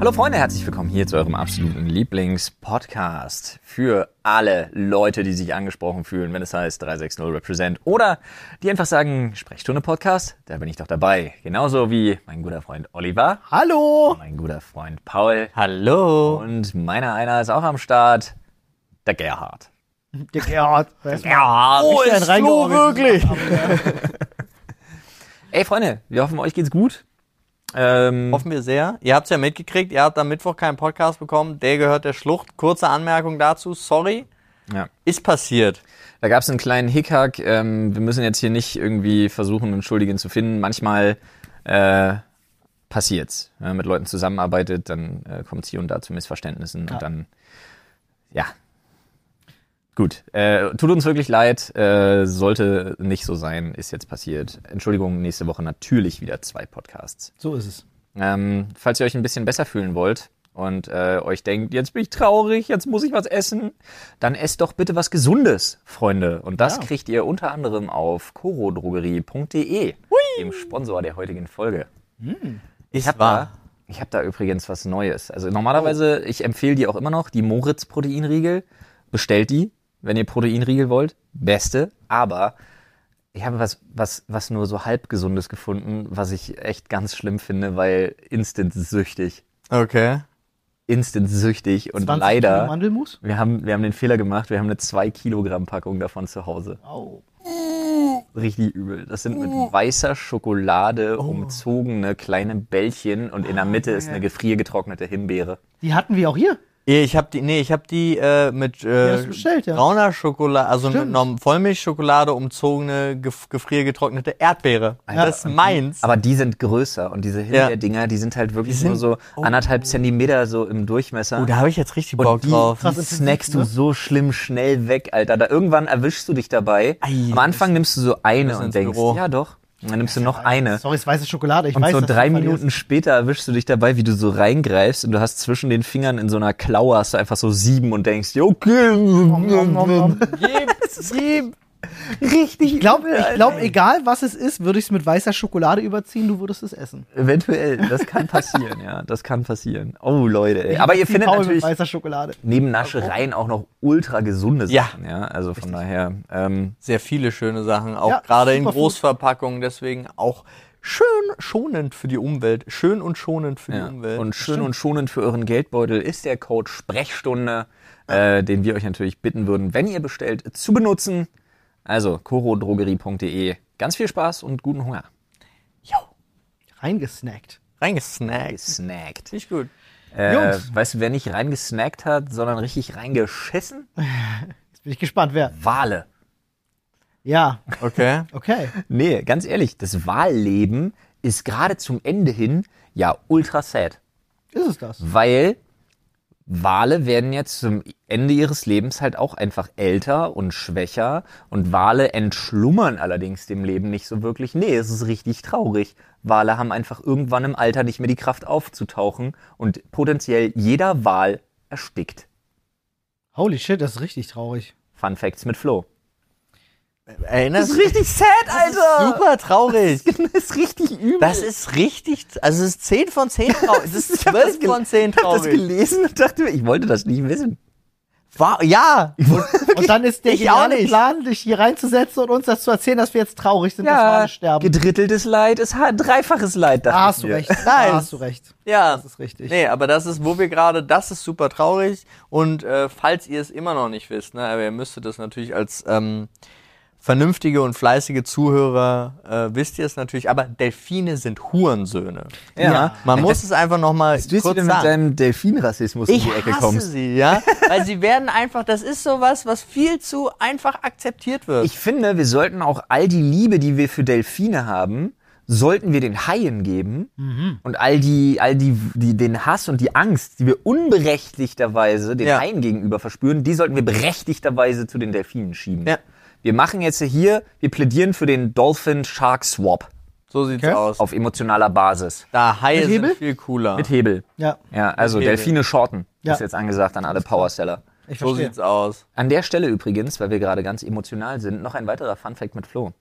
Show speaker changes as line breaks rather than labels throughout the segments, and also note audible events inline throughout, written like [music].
Hallo Freunde, herzlich willkommen hier zu eurem absoluten Lieblingspodcast für alle Leute, die sich angesprochen fühlen, wenn es heißt 360 Represent oder die einfach sagen Sprechstunde Podcast, da bin ich doch dabei. Genauso wie mein guter Freund Oliver,
Hallo!
mein guter Freund Paul
Hallo.
und meiner einer ist auch am Start, der Gerhard.
Der Gerhard. [laughs]
Ja,
Oh,
richtig
ist
einen
so
reingeorgelt.
wirklich.
Ey Freunde, wir hoffen euch geht's gut. Ähm,
Hoffen wir sehr. Ihr habt es ja mitgekriegt, ihr habt am Mittwoch keinen Podcast bekommen. Der gehört der Schlucht. Kurze Anmerkung dazu, sorry.
ja.
Ist passiert.
Da gab es einen kleinen Hickhack. Ähm, wir müssen jetzt hier nicht irgendwie versuchen, einen Schuldigen zu finden. Manchmal äh, passiert's. Wenn man mit Leuten zusammenarbeitet, dann äh, kommt hier und da zu Missverständnissen und dann, ja. Gut, äh, tut uns wirklich leid, äh, sollte nicht so sein, ist jetzt passiert. Entschuldigung, nächste Woche natürlich wieder zwei Podcasts.
So ist es.
Ähm, falls ihr euch ein bisschen besser fühlen wollt und äh, euch denkt, jetzt bin ich traurig, jetzt muss ich was essen, dann esst doch bitte was Gesundes, Freunde. Und das
Ja.
kriegt ihr unter anderem auf corodrogerie.de, dem Sponsor der heutigen Folge.
Ist
hab da, ich hab da übrigens was Neues. Also normalerweise, ich empfehle die auch immer noch, die Moritz Proteinriegel. Bestellt die, wenn ihr Proteinriegel wollt. Beste. Aber ich habe was, was, was nur so halbgesundes gefunden, was ich echt ganz schlimm finde, weil instant süchtig.
Okay.
Instant süchtig. Und
20 Kilo
leider,
Mandelmus?
wir haben, wir haben den Fehler gemacht, wir haben eine 2 Kilogramm Packung davon zu Hause.
Au.
Richtig übel. Das sind mit weißer Schokolade
Oh.
umzogene kleine Bällchen und
Ah,
in der Mitte ist eine gefriergetrocknete Himbeere.
Die hatten wir auch hier.
Ich habe die, nee, ich habe die äh, mit
hast
äh,
du bestellt, ja.
brauner Schokolade, also mit
Stimmt.
einer Vollmilchschokolade umzogene, gef gefriergetrocknete Erdbeere. Das ist meins.
Aber die sind größer und diese Himbeerdinger, die sind halt wirklich
Die sind-
nur so anderthalb Zentimeter so im Durchmesser.
oh, da habe ich jetzt richtig Bock
und die,
drauf.
die snackst
ne?
du so schlimm schnell weg, Alter. Da irgendwann erwischst du dich dabei.
Ei,
Am Anfang nimmst du so eine und
ins
denkst,
Büro.
ja doch. Und dann nimmst du noch eine.
Sorry, es ist weiße Schokolade. Ich
Und
weiß,
so
dass du
drei
verlierst.
Minuten später erwischst du dich dabei, wie du so reingreifst und du hast zwischen den Fingern in so einer Klaue hast du einfach so sieben und denkst, "Ja,
Oh,
okay.
Gib, gib.
Richtig
Ich glaube, ich glaub, egal was es ist, würde ich es mit weißer Schokolade überziehen, du würdest es essen.
Eventuell, das kann passieren, ja, das kann passieren. Oh Leute, ey.
Ich
aber ihr
überzieh
findet
Paul
natürlich
Mit weißer Schokolade.
neben Naschereien auch noch ultra gesunde
Ja.
Sachen, ja, also von daher ähm,
Sehr viele schöne Sachen, auch
Ja,
gerade in
Superfood.
Großverpackungen, deswegen auch schön schonend für die Umwelt. Schön und schonend für
ja.
die Umwelt.
und schön und schonend für euren Geldbeutel ist der Code Sprechstunde, äh, den wir euch natürlich bitten würden, wenn ihr bestellt, zu benutzen. Also corodrogerie.de. Ganz viel Spaß und guten Hunger.
Reingesnackt.
reingesnackt.
Gesnackt.
Nicht gut.
Äh,
Jungs.
weißt du, wer nicht reingesnackt hat, sondern richtig reingeschissen?
Jetzt bin ich gespannt, wer.
Wale.
Ja,
Okay.
okay.
Nee, ganz ehrlich, das Wahlleben ist gerade zum Ende hin ja ultra sad.
Ist es das?
weil Wale werden jetzt zum Ende ihres Lebens halt auch einfach älter und schwächer und Wale entschlummern allerdings dem Leben nicht so wirklich. Nee, es ist richtig traurig. Wale haben einfach irgendwann im Alter nicht mehr die Kraft aufzutauchen und potenziell jeder Wal erstickt.
Holy shit, das ist richtig traurig.
Fun Facts mit Flo.
Erinnerst du [laughs]
richtig sad,
Super traurig.
[laughs] Das ist richtig übel.
Das ist richtig, also es ist 10 von 10 traurig. Es [laughs] ist 12 von 10
Ich hab das
traurig.
gelesen und dachte mir, ich wollte das nicht wissen.
War, ja.
Und dann ist der
Ich auch
ideale
nicht.
Plan, dich hier reinzusetzen und uns das zu erzählen, dass wir jetzt traurig sind, dass wir alle sterben.
gedritteltes Leid ist ha- dreifaches Leid. dachte
Da
ich
hast du
mir.
recht. Da hast du recht.
Ja.
Das ist richtig.
Nee, aber das ist, wo wir gerade, das ist super traurig. Und äh, falls ihr es immer noch nicht wisst, ne, aber ihr müsstet das natürlich als ähm, vernünftige und fleißige Zuhörer äh, wisst ihr es natürlich, aber Delfine sind Hurensöhne.
[laughs] Ja.
Man muss es einfach nochmal
Du bist
kurz
wieder mit
sagen.
deinem Delfinrassismus
Ich
in die Ecke
hasse
kommst. [laughs]
sie, ja, weil sie werden einfach, das ist sowas, was viel zu einfach akzeptiert wird.
Ich finde, wir sollten auch all die Liebe, die wir für Delfine haben, sollten wir den Haien geben und all die, all die, die, den Hass und die Angst, die wir unberechtigterweise den
Ja.
Haien gegenüber verspüren, die sollten wir berechtigterweise zu den Delfinen schieben.
Ja.
Wir machen jetzt hier, wir plädieren für den Dolphin Shark Swap
so sieht's
Okay.
aus.
auf emotionaler Basis.
Da Haie
Mit
sind
Hebel?
viel cooler.
Mit Hebel.
Ja,
Ja, also
Hebel.
Delfine shorten
Ja.
ist jetzt angesagt an alle Powerseller.
ich
so
verstehe.
sieht's aus.
An der Stelle übrigens, weil wir gerade ganz emotional sind, noch ein weiterer Funfact mit Flo.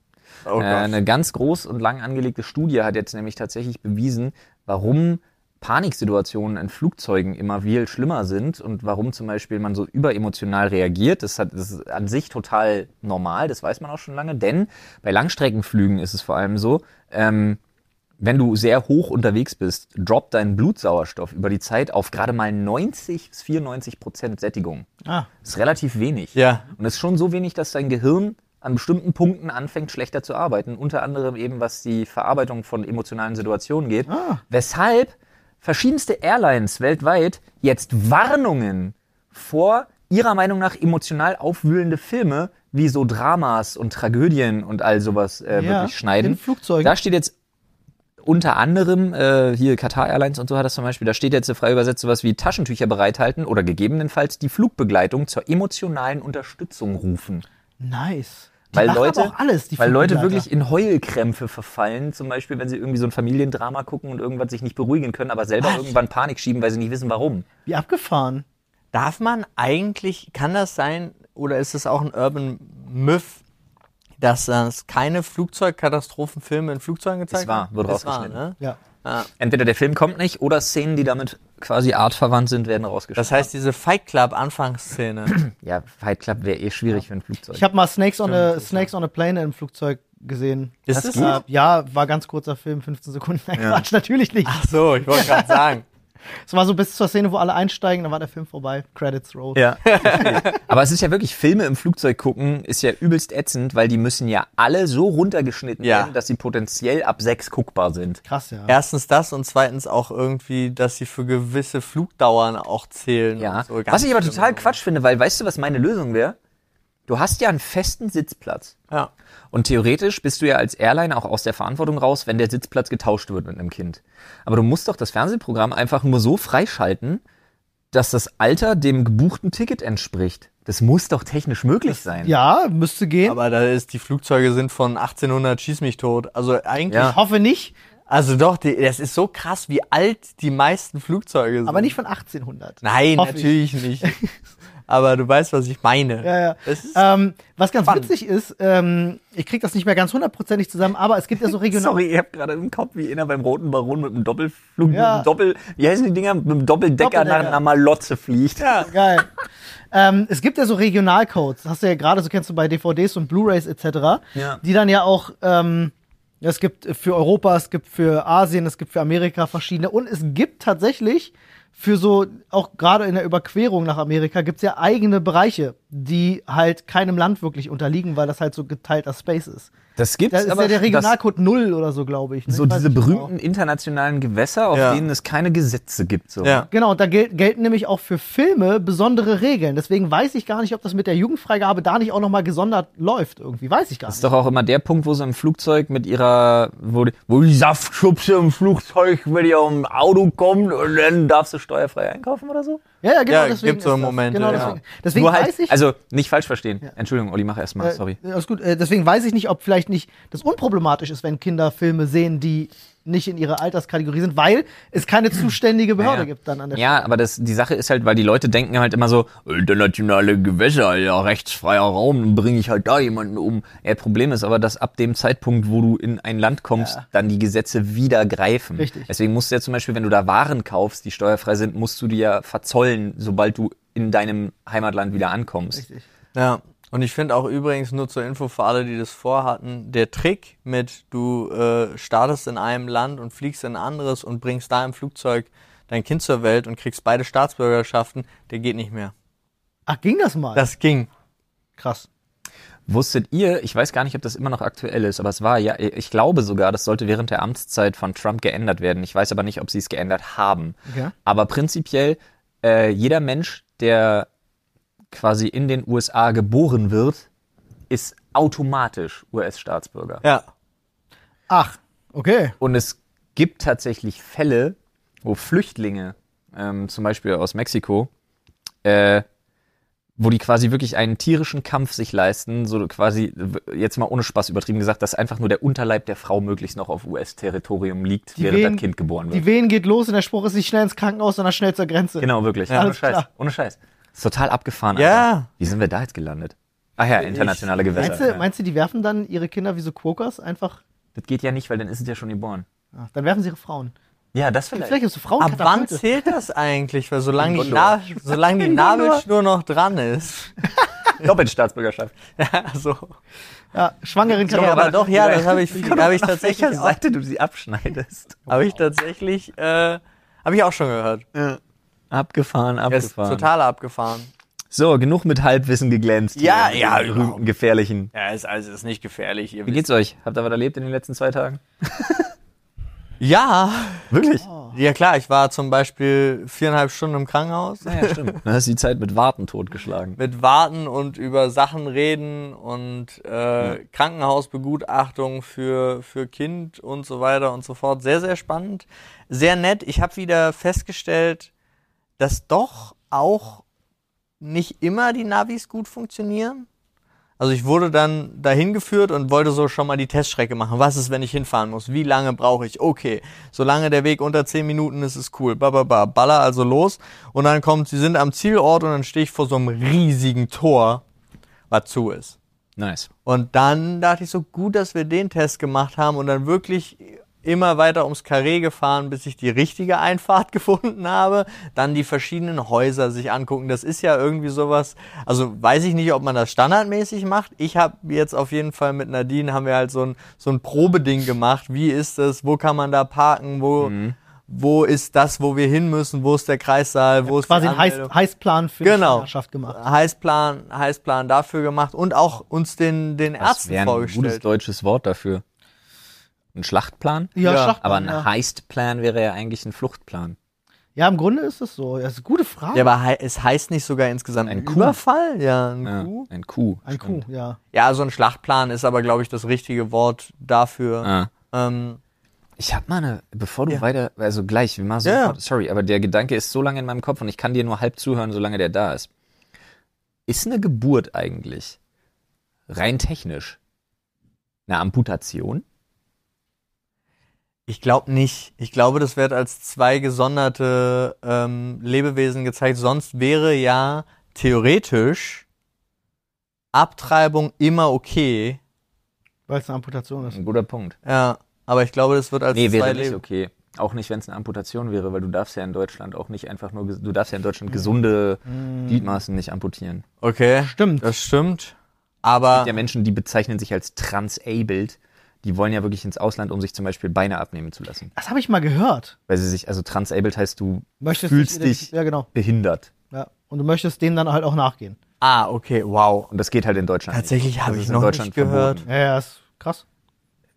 Oh
Äh,
Gott.
eine ganz groß und lang angelegte Studie hat jetzt nämlich tatsächlich bewiesen, warum Paniksituationen in Flugzeugen immer viel schlimmer sind und warum zum Beispiel man so überemotional reagiert. Das, hat, das ist an sich total normal, das weiß man auch schon lange, denn bei Langstreckenflügen ist es vor allem so, ähm, wenn du sehr hoch unterwegs bist, droppt dein Blutsauerstoff über die Zeit auf gerade mal 90 bis 94 Prozent Sättigung.
Ah.
Das ist relativ wenig.
Ja.
Und es ist schon so wenig, dass dein Gehirn an bestimmten Punkten anfängt, schlechter zu arbeiten. Unter anderem eben, was die Verarbeitung von emotionalen Situationen geht. Weshalb verschiedenste Airlines weltweit jetzt Warnungen vor ihrer Meinung nach emotional aufwühlende Filme wie so Dramas und Tragödien und all sowas äh,
Ja,
wirklich schneiden.
in Flugzeugen.
Da steht jetzt unter anderem äh, hier Qatar Airlines und so hat das zum Beispiel, da steht jetzt frei übersetzt sowas wie Taschentücher bereithalten oder gegebenenfalls die Flugbegleitung zur emotionalen Unterstützung rufen.
Nice. Die
Weil
machen
Leute,
aber auch alles, die
weil Leute
Flugbegleiter.
wirklich in Heulkrämpfe verfallen, zum Beispiel, wenn sie irgendwie so ein Familiendrama gucken und irgendwann sich nicht beruhigen können, aber selber irgendwann Panik schieben, weil sie nicht wissen, warum.
Wie abgefahren.
Darf man eigentlich, kann das sein, oder ist es auch ein Urban Myth, dass es keine Flugzeugkatastrophenfilme in Flaugen gezeigt
Ist wahr,
werden?
wird
Ist wahr,
rausgeschnitten.
ne?
Ja.
Entweder der Film kommt nicht oder Szenen, die damit quasi artverwandt sind, werden rausgeschnitten.
Das heißt, diese Fight Club
[laughs]
Anfangsszene.
ja, Fight Club wäre eh schwierig für ein Flugzeug.
Ich habe mal Snakes on, a, Snakes on a Plane im Flugzeug gesehen.
Ist
Das
es?
geht?
Äh, ja, war ganz kurzer Film, 15 Sekunden. Nein, Quatsch, natürlich nicht.
Ach so, ich wollte gerade sagen.
Es war so bis zur Szene, wo alle einsteigen, dann war der Film vorbei. Credits roll.
Ja. Aber es ist ja wirklich, Filme im Flugzeug gucken ist ja übelst ätzend, weil die müssen ja alle so runtergeschnitten
Ja.
werden, dass sie potenziell ab sechs guckbar sind.
Krass, ja.
Erstens das und zweitens auch irgendwie, dass sie für gewisse Flugdauern auch zählen.
Ja.
Und so. Ganz genau.
was ich aber
schlimm. ne?
total Quatsch finde, weil weißt du, was meine Lösung wäre? Du hast ja einen festen Sitzplatz.
Ja.
Und theoretisch bist du ja als Airline auch aus der Verantwortung raus, wenn der Sitzplatz getauscht wird mit einem Kind. Aber du musst doch das Fernsehprogramm einfach nur so freischalten, dass das Alter dem gebuchten Ticket entspricht. Das muss doch technisch möglich sein.
Ja, müsste gehen.
Aber da ist, die Flugzeuge sind von 1800 schieß mich tot. Also eigentlich,
Ja.
ich hoffe nicht,
also doch, die, das ist so krass, wie alt die meisten Flugzeuge sind.
aber nicht von 1800.
Nein,
Hoffe
natürlich nicht. Aber du weißt, was ich meine.
Ja, ja.
Es ist,
Ähm, was ganz
Spannend.
witzig ist, ähm, ich krieg das nicht mehr ganz hundertprozentig zusammen, aber es gibt ja so regional.
Sorry, ich habe gerade im Kopf, wie einer beim Roten Baron mit einem Doppelflug, mit
Ja.
einem Doppel, wie heißen die Dinger, mit einem Doppeldecker, nach
Doppeldecker.
einer Malotze fliegt. Ja.
Geil. ähm, es gibt ja so Regionalcodes, hast du ja gerade, so kennst du bei DVDs und Blu-rays etc.,
Ja.
die dann ja auch, ähm, es gibt für Europa, es gibt für Asien, es gibt für Amerika verschiedene und es gibt tatsächlich für so, auch gerade in der Überquerung nach Amerika, gibt's ja eigene Bereiche, die halt keinem Land wirklich unterliegen, weil das halt so geteilter Space ist.
Das gibt's
Da ist
aber
ja der
das-
Regionalcode 0 oder so, glaube ich. ne?
so
Ich weiß
diese
nicht genau.
berühmten internationalen Gewässer, auf
Ja.
denen es keine Gesetze gibt. So.
ja.
Genau, und da gel gelten nämlich auch für Filme besondere Regeln. Deswegen weiß ich gar nicht, ob das mit der Jugendfreigabe da nicht auch nochmal gesondert läuft irgendwie. Weiß ich gar
ist
nicht.
doch auch immer der Punkt, wo sie im Flugzeug mit ihrer, wo die, wo die Saftschubse im Flugzeug mit ihrem Auto kommt und dann darfst du steuerfrei einkaufen oder so?
Ja, ja, genau.
Ja,
deswegen
gibt's so
ist das.
Momente,
Genau,
ja.
deswegen, deswegen
Nur halt,
weiß ich.
also nicht falsch verstehen. Entschuldigung, Olli, mach erstmal,
äh,
sorry.
Alles gut. Äh, deswegen weiß ich nicht, ob vielleicht nicht das unproblematisch ist, wenn Kinder Filme sehen, die nicht in ihrer Alterskategorie sind, weil es keine zuständige Behörde
Ja.
gibt dann an der
Ja, aber das, die Sache ist halt, weil die Leute denken halt immer so, internationale Gewässer, ja, rechtsfreier Raum, dann bringe ich halt da jemanden um. Ja, Problem ist aber, dass ab dem Zeitpunkt, wo du in ein Land kommst, dann die Gesetze wieder greifen.
Richtig.
Deswegen musst du ja zum Beispiel, wenn du da Waren kaufst, die steuerfrei sind, musst du die ja verzollen, sobald du in deinem Heimatland wieder ankommst.
Richtig.
Ja, und ich finde auch übrigens nur zur Info für alle, die das vorhatten, der Trick mit du äh, startest in einem Land und fliegst in ein anderes und bringst da im Flugzeug dein Kind zur Welt und kriegst beide Staatsbürgerschaften, der geht nicht mehr.
Ach, ging das mal?
Das ging.
Krass.
Wusstet ihr, ich weiß gar nicht, ob das immer noch aktuell ist, aber es war ja, ich glaube sogar, das sollte während der Amtszeit von Trump geändert werden. Ich weiß aber nicht, ob sie es geändert haben.
Okay.
Aber prinzipiell, äh, jeder Mensch, der quasi in den USA geboren wird, ist automatisch US-Staatsbürger.
Ja.
Ach, okay.
Und es gibt tatsächlich Fälle, wo Flüchtlinge, ähm, zum Beispiel aus Mexiko, äh, wo die quasi wirklich einen tierischen Kampf sich leisten, so quasi, w- jetzt mal ohne Spaß übertrieben gesagt, dass einfach nur der Unterleib der Frau möglichst noch auf US-Territorium liegt, während
Wehen-
das Kind geboren
Die
wird.
Wehen geht los und der Spruch ist nicht schnell ins Krankenhaus, sondern schnell zur Grenze.
Genau, wirklich. ohne
Alles
Scheiß.
klar.
Ohne Scheiß. Ist total abgefahren.
Ja.
Alter. Wie sind wir da jetzt gelandet? Ach ja, internationale
Meinst du,
Gewässer. Ja.
meinst du, die werfen dann ihre Kinder wie so Quokers einfach
Das geht ja nicht, weil dann ist es ja schon geboren.
Ah, Dann werfen sie ihre Frauen.
Ja, das vielleicht.
Vielleicht hast du Frauen
Ab wann zählt das eigentlich? Weil solange die, Na solange die
Gondor.
Nabelschnur noch dran ist. [laughs]
Doppelstaatsbürgerschaft.
Ja, so.
Ja, schwangeren
Ja, aber
Ah,
Karriere.
doch, ja, das
[laughs]
habe ich, habe ich tatsächlich auch,
Genau. Seite du sie abschneidest.
habe ich tatsächlich, äh, habe ich auch schon gehört.
Abgefahren,
Er ist
abgefahren.
total abgefahren.
So, genug mit Halbwissen geglänzt.
Ja,
hier,
ja,
mit dem berühmten,
überhaupt.
gefährlichen.
Ja, ist, also ist nicht gefährlich. Ihr
Wie geht's euch? Habt ihr was erlebt in den letzten zwei Tagen?
Ja,
Wirklich?
ja klar, ich war zum Beispiel viereinhalb Stunden im Krankenhaus.
Naja, [laughs] stimmt. Du hast die Zeit mit Warten totgeschlagen.
Mit Warten und über Sachen reden und äh, Krankenhausbegutachtung für, für Kind und so weiter und so fort. Sehr, sehr spannend. Sehr nett. Ich habe wieder festgestellt, dass doch auch nicht immer die Navis gut funktionieren. Also ich wurde dann dahin geführt und wollte so schon mal die Teststrecke machen. Was ist, wenn ich hinfahren muss? Wie lange brauche ich? Okay, solange der Weg unter 10 Minuten ist, ist cool. Ba, ba, ba. Baller also los. Und dann kommt, sie sind am Zielort und dann stehe ich vor so einem riesigen Tor, was zu ist.
Nice.
Und dann dachte ich so, gut, dass wir den Test gemacht haben und dann wirklich immer weiter ums Karree gefahren, bis ich die richtige Einfahrt [laughs] gefunden habe. Dann die verschiedenen Häuser sich angucken. Das ist ja irgendwie sowas. Also weiß ich nicht, ob man das standardmäßig macht. Ich habe jetzt auf jeden Fall mit Nadine haben wir halt so ein, so ein Probeding gemacht. Wie ist das? Wo kann man da parken? Wo, wo ist das, wo wir hin müssen? Wo ist der Kreissaal? Wo ist
Quasi
die
ein
Anmeldung?
Heiß, Heißplan für die
Genau.
Schwangerschaft gemacht.
Heißplan, Heißplan dafür gemacht und auch uns den, den
Das
Ärzten
wäre ein gutes
vorgestellt.
deutsches Wort dafür. Ein Schlachtplan?
Ja,
Ja,
Schachtplan,
Aber ein
ja.
Heistplan wäre ja eigentlich ein Fluchtplan.
ja, im Grunde ist es so. Das ist eine gute Frage.
Ja, aber hei es heißt nicht sogar insgesamt
Ein
ein
Coup.
Überfall? Ja, ein
Ja,
Coup.
ein Kuh.
ein Kuh, ja.
Ja, so ein Schlachtplan ist aber, glaube ich, das richtige Wort dafür.
Ah.
Ähm,
Ich habe mal eine, bevor du
Ja.
weiter, also gleich, wir machen
Ja, ja.
sofort, sorry, aber der Gedanke ist so lange in meinem Kopf und ich kann dir nur halb zuhören, solange der da ist. Ist eine Geburt eigentlich rein technisch eine Amputation?
ich glaube nicht. Ich glaube, das wird als zwei gesonderte ähm, Lebewesen gezeigt. Sonst wäre ja theoretisch Abtreibung immer okay.
Weil es eine Amputation ist.
Mhm.
Ein guter Punkt.
Ja, aber ich glaube, das wird als
Nee,
zwei
wäre nicht
Leben.
okay. Auch nicht, wenn es eine Amputation wäre, weil du darfst ja in Deutschland auch nicht einfach nur, ges- du darfst ja in
Mhm.
Deutschland gesunde Gliedmaßen nicht amputieren.
Okay,
Stimmt.
das stimmt. Aber
gibt ja Menschen, die bezeichnen sich als transabled. Die wollen ja wirklich ins Ausland, um sich zum Beispiel Beine abnehmen zu lassen.
Das habe ich mal gehört.
Weil sie sich, also transabled heißt, du
Möchtest
fühlst
identif-
dich
Ja, genau.
behindert.
Ja. Und du möchtest dem dann halt auch nachgehen.
Ah, okay, wow.
Und das geht halt in Deutschland.
Tatsächlich
nicht.
habe
Das
ich
ist in
noch
Deutschland
nicht gehört.
verboten.
Ja, ja, ist krass.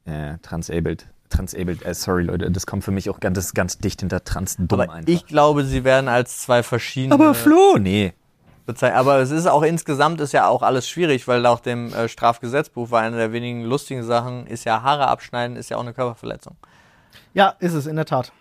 Äh, transabled. Transabled, äh, sorry Leute, das kommt für mich auch ganz, das ist ganz dicht hinter trans dumm
Aber
einfach.
ich glaube, sie werden als zwei verschiedene
aber Flo, nee.
bezeichnet. Aber es ist auch insgesamt ist ja auch alles schwierig, weil laut dem äh, Strafgesetzbuch war eine der wenigen lustigen Sachen, ist ja Haare abschneiden, ist ja auch eine Körperverletzung.
Ja, ist es, in der Tat.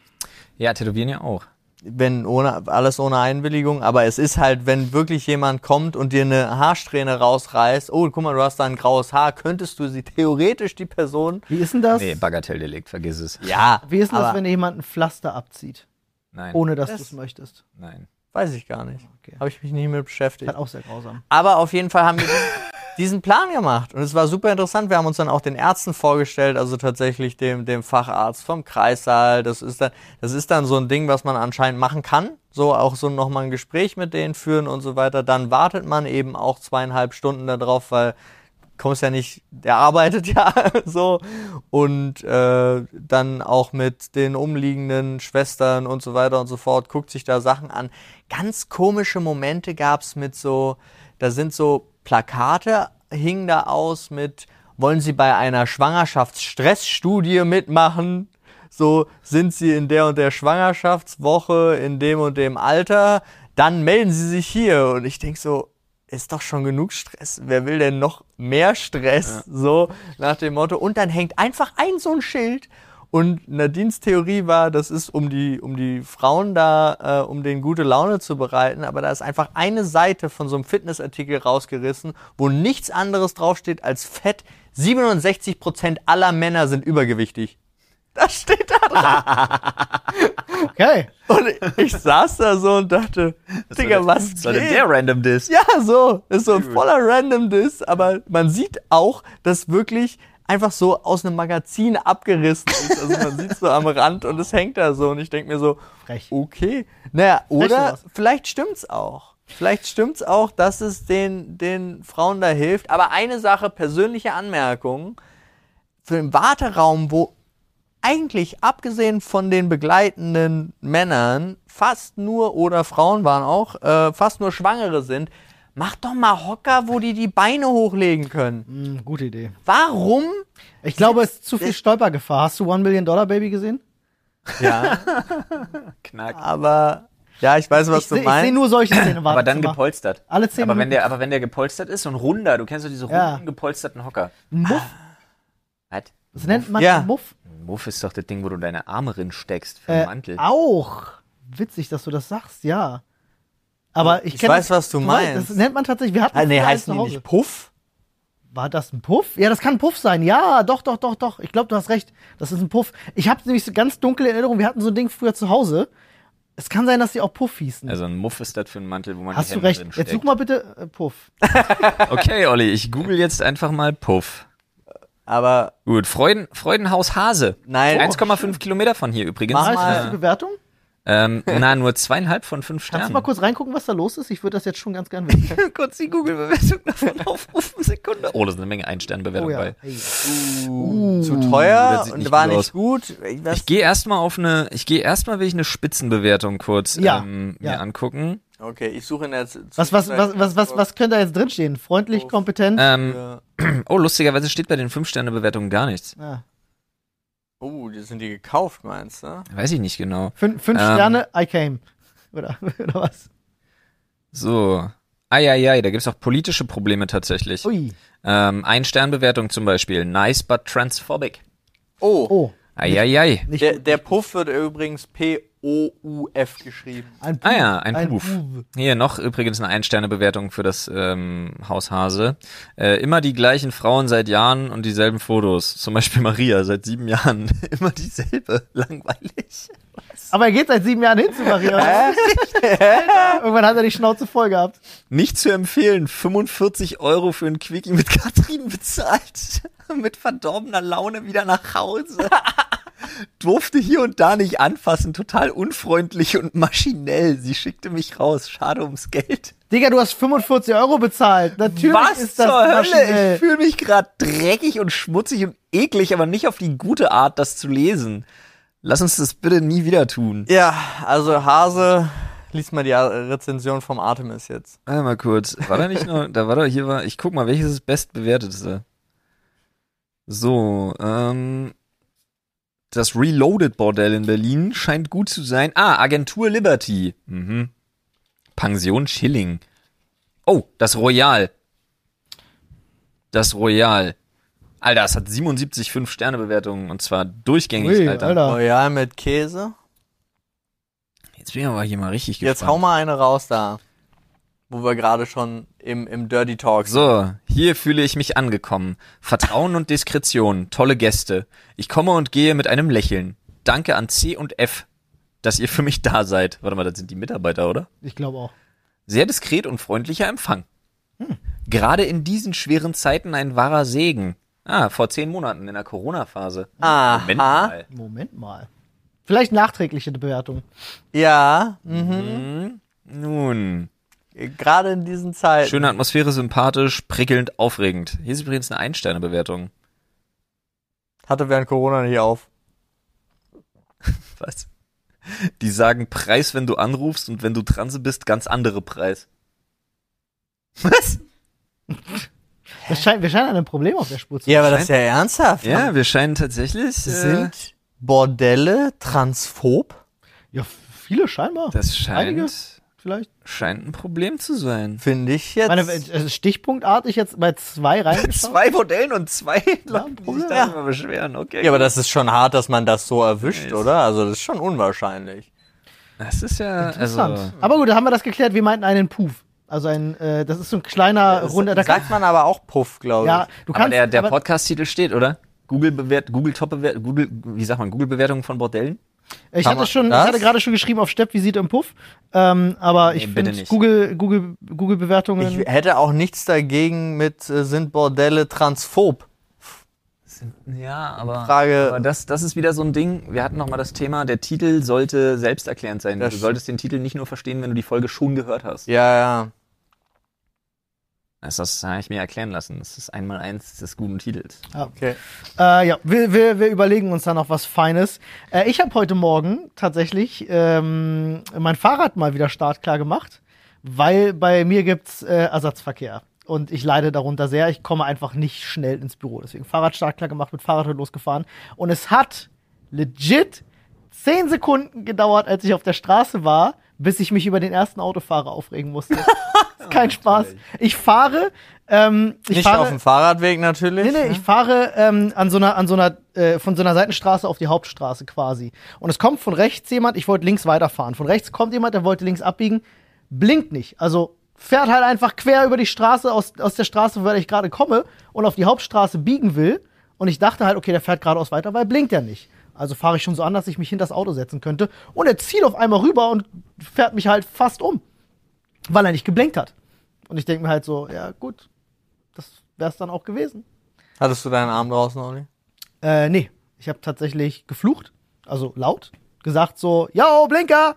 Ja, tätowieren ja auch.
Wenn ohne alles ohne Einwilligung, aber es ist halt, wenn wirklich jemand kommt und dir eine Haarsträhne rausreißt, oh, guck mal, du hast da ein graues Haar, könntest du sie theoretisch die Person.
Wie ist denn das?
Nee, Bagatelldelikt, vergiss es.
Ja,
Wie ist denn das,
aber-
wenn dir jemand ein Pflaster abzieht,
Nein,
ohne dass du
Das-
es möchtest?
nein.
weiß ich gar nicht.
Okay.
Habe ich mich nicht mit beschäftigt.
Halt auch sehr grausam.
Aber auf jeden Fall haben wir diesen- diesen Plan gemacht. Und es war super interessant. Wir haben uns dann auch den Ärzten vorgestellt, also tatsächlich dem, dem Facharzt vom Kreissaal. Das ist, dann, das ist dann so ein Ding, was man anscheinend machen kann. So auch so nochmal ein Gespräch mit denen führen und so weiter. Dann wartet man eben auch zweieinhalb Stunden darauf, weil kommst ja nicht, der arbeitet [laughs] ja so und äh, dann auch mit den umliegenden Schwestern und so weiter und so fort, guckt sich da Sachen an. Ganz komische Momente gab's mit so, da sind so Plakate, hingen da aus mit, wollen Sie bei einer Schwangerschaftsstressstudie mitmachen? So sind Sie in der und der Schwangerschaftswoche, in dem und dem Alter, dann melden Sie sich hier. Und ich denk so, ist doch schon genug Stress. Wer will denn noch mehr Stress? So nach dem Motto. Und dann hängt einfach ein so ein Schild. Und Nadines Theorie war, das ist, um die, um die Frauen da, äh, um denen gute Laune zu bereiten, aber da ist einfach eine Seite von so einem Fitnessartikel rausgerissen, wo nichts anderes draufsteht als Fett. 67% aller Männer sind übergewichtig. Das steht [laughs] da drauf.
Okay.
Und ich saß da so und dachte, Digga, was
Soll denn
geht?
der random Diss?
Ja, so. Ist so voller Randomness, aber man sieht auch, dass wirklich einfach so aus einem Magazin abgerissen ist. Also man sieht so am Rand und es hängt da so. Und ich denke mir so,
Frech.
okay. Naja, oder
sowas.
vielleicht stimmt's auch. Vielleicht stimmt's auch, dass es den, den Frauen da hilft. Aber eine Sache, persönliche Anmerkung. Für den Warteraum, wo eigentlich abgesehen von den begleitenden Männern fast nur oder Frauen waren auch äh, fast nur Schwangere sind, macht doch mal Hocker, wo die die Beine hochlegen können.
Hm, gute Idee.
Warum?
Ich glaube, es ist zu viel Stolpergefahr. Hast du One Million Dollar Baby gesehen?
Ja,
Knack.
aber ja, ich weiß, was
ich
du
seh- ich
meinst.
sehe nur solche Szenen im
Aber dann
Wartezimmer.
gepolstert.
Alle zehn
aber wenn
Minuten.
der, aber wenn der gepolstert ist, so ein runder, du kennst doch diese
Ja.
runden, gepolsterten Hocker. Ah.
Muff.
Was?
Das nennt man
Ja.
Muff.
Muff ist doch das Ding, wo du deine Arme rinsteckst für den
Äh,
Mantel.
auch. Witzig, dass du das sagst, ja. Aber ich,
Ich
kenn
weiß,
das-
was du
weißt, Das
meinst.
nennt man tatsächlich, wir hatten
Ah, nee,
früher eins
heißen
zu
die
Hause.
nicht Puff?
War das ein Puff? Ja, das kann ein Puff sein. Ja, doch, doch, doch, doch. Ich glaube, du hast recht. Das ist ein Puff. Ich habe nämlich so ganz dunkle Erinnerung. Wir hatten so ein Ding früher zu Hause. Es kann sein, dass die auch Puff hießen.
Also ein Muff ist das für einen Mantel, wo man
hast
die
du
Hände
recht.
drinsteckt.
Jetzt such mal bitte äh, Puff.
Okay, Olli, ich google jetzt einfach mal Puff.
Aber
Gut, Freuden, Freudenhaus Hase. Oh.
Nein.
1,5 Kilometer von hier übrigens.
Mach
Mal hast
mal.
du Bewertung?
Ähm, na, nur zweieinhalb von fünf
Kannst du
Sternen.
mal kurz reingucken, was da los ist? Ich würde das jetzt schon ganz gern wissen.
[laughs] kurz die Google-Bewertung davon aufrufen? Sekunde. Oh, da sind eine Menge Ein-Stern-Bewertungen
Oh ja.
bei.
Hey. Uh.
zu
das
teuer
sieht
und
nicht
war
gut
nicht
aus.
gut. Ich weiß,
Ich gehe erstmal auf eine, ich gehe erstmal will ich eine Spitzenbewertung kurz
Ja,
ähm, mir
ja.
angucken.
okay, ich suche in der Z-
Was, was, was, was, was, was könnte da jetzt drinstehen? Freundlich, kompetent?
Ähm,
Ja.
oh, lustigerweise steht bei den Fünf-Sterne-Bewertungen gar nichts.
Ja.
Oh, die sind die gekauft, meinst du?
Weiß ich nicht genau.
Fün fünf
ähm,
Sterne, I came. Oder, [laughs] oder was?
So. Eieiei, da gibt's auch politische Probleme tatsächlich.
Ui.
Ähm, Ein-Stern-Bewertung zum Beispiel. Nice but transphobic.
Oh,
Oh.
Eieiei.
Nicht
Der, der Puff wird übrigens P-O-U-F geschrieben.
ein
Ah ja, ein,
Ein
Puff.
Puff.
Hier noch übrigens eine Ein-Sterne-Bewertung für das ähm, Haus Hase. Äh, immer die gleichen Frauen seit Jahren und dieselben Fotos. Zum Beispiel Maria seit sieben Jahren. [laughs] immer dieselbe. Langweilig.
Aber er geht seit sieben Jahren hin zu Maria. [laughs] Irgendwann hat er die Schnauze voll gehabt.
Nicht zu empfehlen. 45 Euro für ein Quickie mit Katrin bezahlt. [laughs] mit verdorbener Laune wieder nach Hause. [laughs] Durfte hier und da nicht anfassen. Total unfreundlich und maschinell. Sie schickte mich raus. Schade ums Geld.
Digga, du hast 45 Euro bezahlt. Natürlich
Was
ist das
zur Hölle?
maschinell.
Ich fühle mich gerade dreckig und schmutzig und eklig, aber nicht auf die gute Art, das zu lesen. Lass uns das bitte nie wieder tun.
Ja, also Hase, lies mal die äh, Rezension vom Artemis jetzt.
Warte mal kurz. War da nicht nur, da war doch hier war, ich guck mal, welches ist bestbewerteteste. So, ähm, das Reloaded Bordell in Berlin scheint gut zu sein. Ah, Agentur Liberty. Mhm. Pension Schilling. Oh, das Royal. Das Royal. Alter, es hat 77 5-Sterne-Bewertungen und zwar durchgängig,
Ui,
Alter.
Alter.
Royal mit Käse.
Jetzt bin ich aber hier mal richtig
Jetzt hau
gespannt.
mal eine raus da. Wo wir gerade schon im, im Dirty Talk sind.
So, hier fühle ich mich angekommen. Vertrauen und Diskretion, tolle Gäste. Ich komme und gehe mit einem Lächeln. Danke an C und F, dass ihr für mich da seid. Warte mal, das sind die Mitarbeiter, oder?
Ich glaube auch.
Sehr diskret und freundlicher Empfang. Gerade in diesen schweren Zeiten ein wahrer Segen. Ah, vor zehn Monaten in der Corona-Phase. Moment
Aha.
mal.
Moment mal. Vielleicht nachträgliche Bewertung.
Ja, mhm.
Nun.
gerade in diesen Zeiten.
Schöne Atmosphäre, sympathisch, prickelnd, aufregend. Hier ist übrigens eine Ein-Sterne-Bewertung.
Hatte während Corona nicht auf.
Was? Die sagen Preis, wenn du anrufst und wenn du transe bist, ganz andere Preis. Was?
Das scheint, wir scheinen an einem Problem auf der Spur zu
Ja, aber
sein.
das ist ja ernsthaft.
Ja, wir scheinen tatsächlich. Äh,
Sind Bordelle transphob?
Ja, f- viele scheinbar.
das
Einige?
scheint,
Vielleicht.
scheint ein Problem zu sein.
Finde ich jetzt.
Meine, äh, stichpunktartig jetzt bei zwei
[laughs]
reingeschaut.
Zwei Modellen und zwei Leute, die sich
Probleme.
darüber beschweren. Okay.
ja, aber das ist schon hart, dass man das so erwischt,
Nice.
oder? Also das ist schon unwahrscheinlich.
das ist ja. Also,
Interessant. Aber gut, da haben wir das geklärt. Wir meinten einen Puff. Also ein, äh, das ist so ein kleiner, runder, da
Das sagt man aber auch Puff, glaube ich.
ja, du
aber
kannst,
der, der
aber-
Podcast-Titel steht, oder? Google bewert, Google Top bewert, Google, wie sagt man, Google Bewertung von Bordellen?
Ich
Kann
hatte
man
schon, ich
das?
hatte gerade schon geschrieben auf Stepp, wie sieht im Puff. Ähm, aber ich
Nee, bitte
finde
nicht.
Google, Google, Google Bewertungen.
Ich hätte auch nichts dagegen mit äh, sind Bordelle transphob.
Ja, aber,
Frage-
aber das, das ist wieder so ein Ding. Wir hatten nochmal das Thema, der Titel sollte selbsterklärend sein.
Das
du solltest den Titel nicht nur verstehen, wenn du die Folge schon gehört hast.
Ja, ja.
Das, das habe ich mir erklären lassen. Das ist einmal eins des guten Titels.
Okay.
Äh, ja, wir, wir, wir überlegen uns da noch was Feines. Äh, ich habe heute Morgen tatsächlich ähm, mein Fahrrad mal wieder startklar gemacht, weil bei mir gibt's äh, Ersatzverkehr. Und ich leide darunter sehr. Ich komme einfach nicht schnell ins Büro. Deswegen Fahrrad startklar gemacht, mit Fahrrad heute losgefahren. Und es hat legit zehn Sekunden gedauert, als ich auf der Straße war, bis ich mich über den ersten Autofahrer aufregen
[laughs]
musste. Ist Kein Spaß. Ich fahre. Ähm, ich
Nicht
fahre,
auf dem Fahrradweg natürlich. ne?
Nee, nee, ich fahre ähm, an so einer, an so einer, äh, von so einer Seitenstraße auf die Hauptstraße quasi. Und es kommt von rechts jemand, ich wollte links weiterfahren. Von rechts kommt jemand, der wollte links abbiegen, blinkt nicht. Also fährt halt einfach quer über die Straße aus, aus der Straße, wo ich gerade komme und auf die Hauptstraße biegen will. Und ich dachte halt, okay, der fährt geradeaus weiter, weil blinkt ja nicht. Also fahre ich schon so an, dass ich mich hinter das Auto setzen könnte. Und er zieht auf einmal rüber und fährt mich halt fast um, weil er nicht geblinkt hat. Und ich denke mir halt so, ja gut, das wär's dann auch gewesen.
Hattest du deinen Arm draußen, Olli?
Äh, nee. Ich habe tatsächlich geflucht, also laut, gesagt so, yo, Blinker!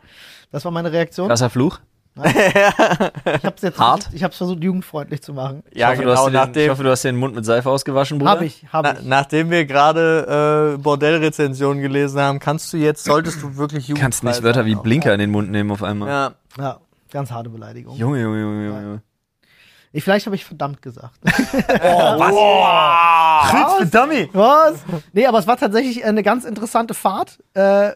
Das war meine Reaktion.
Krasser Fluch.
Ich hab's jetzt
Hart.
versucht- ich hab's versucht, jugendfreundlich zu machen.
Ja,
ich, hoffe, du hast dir den, ich
nachdem,
hoffe, du hast dir den Mund mit Seife ausgewaschen, Bruder.
genau Hab ich, hab
na,
ich.
nachdem wir gerade äh, Bordellrezensionen gelesen haben, kannst du jetzt, solltest du wirklich
Du
Jugend
kannst nicht Wörter wie Blinker in den Mund nehmen auf einmal.
Ja.
Ja, ganz harte Beleidigung.
Junge, Junge, Junge, Junge, Junge.
Ich, vielleicht habe ich
[laughs]
verdammt gesagt.
Oh,
[laughs]
Ach, für Dummy!
Was? Nee, aber es war tatsächlich eine ganz interessante Fahrt, äh,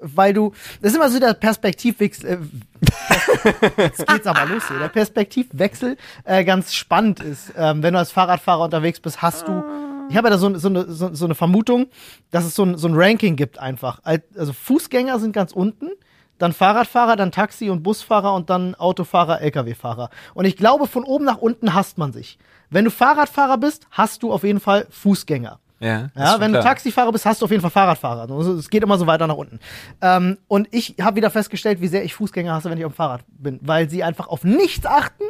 weil du. Das ist immer so der Perspektivwechsel. Äh, jetzt geht's aber los hier. Der Perspektivwechsel äh, ganz spannend ist. Ähm, wenn du als Fahrradfahrer unterwegs bist, hast du. Ich habe ja da so, so, eine, so, so eine Vermutung, dass es so ein, so ein Ranking gibt einfach. Al- Also Fußgänger sind ganz unten. Dann Fahrradfahrer, dann Taxi- und Busfahrer und dann Autofahrer, Lkw-Fahrer. Und ich glaube, von oben nach unten hasst man sich. Wenn du Fahrradfahrer bist, hast du auf jeden Fall Fußgänger.
Ja, ist
Ja,
schon
wenn
klar.
du Taxifahrer bist, hast du auf jeden Fall Fahrradfahrer. Also, es geht immer so weiter nach unten. Ähm, und ich habe wieder festgestellt, wie sehr ich Fußgänger hasse, wenn ich auf dem Fahrrad bin, weil sie einfach auf nichts achten.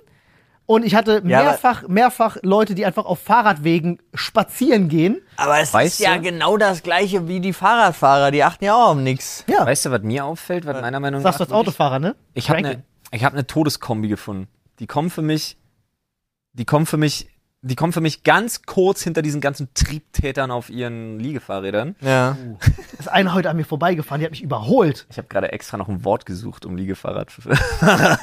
Und ich hatte
Ja, aber-
mehrfach, mehrfach Leute, die einfach auf Fahrradwegen spazieren gehen.
Aber es
Weißt
ist ja
du?
genau das gleiche wie die Fahrradfahrer, die achten ja auch auf nix.
Ja,
Weißt du, was mir auffällt, was meiner Meinung nach.
sagst du als Autofahrer, ne?
Ich habe
Ranking.
eine hab ne Todeskombi gefunden. Die kommen für mich, die kommen für mich, die kommen für mich ganz kurz hinter diesen ganzen Triebtätern auf ihren Liegefahrrädern.
Ja.
Ist eine heute an mir vorbeigefahren, die hat mich überholt.
Ich habe gerade extra noch ein Wort gesucht, um Liegefahrrad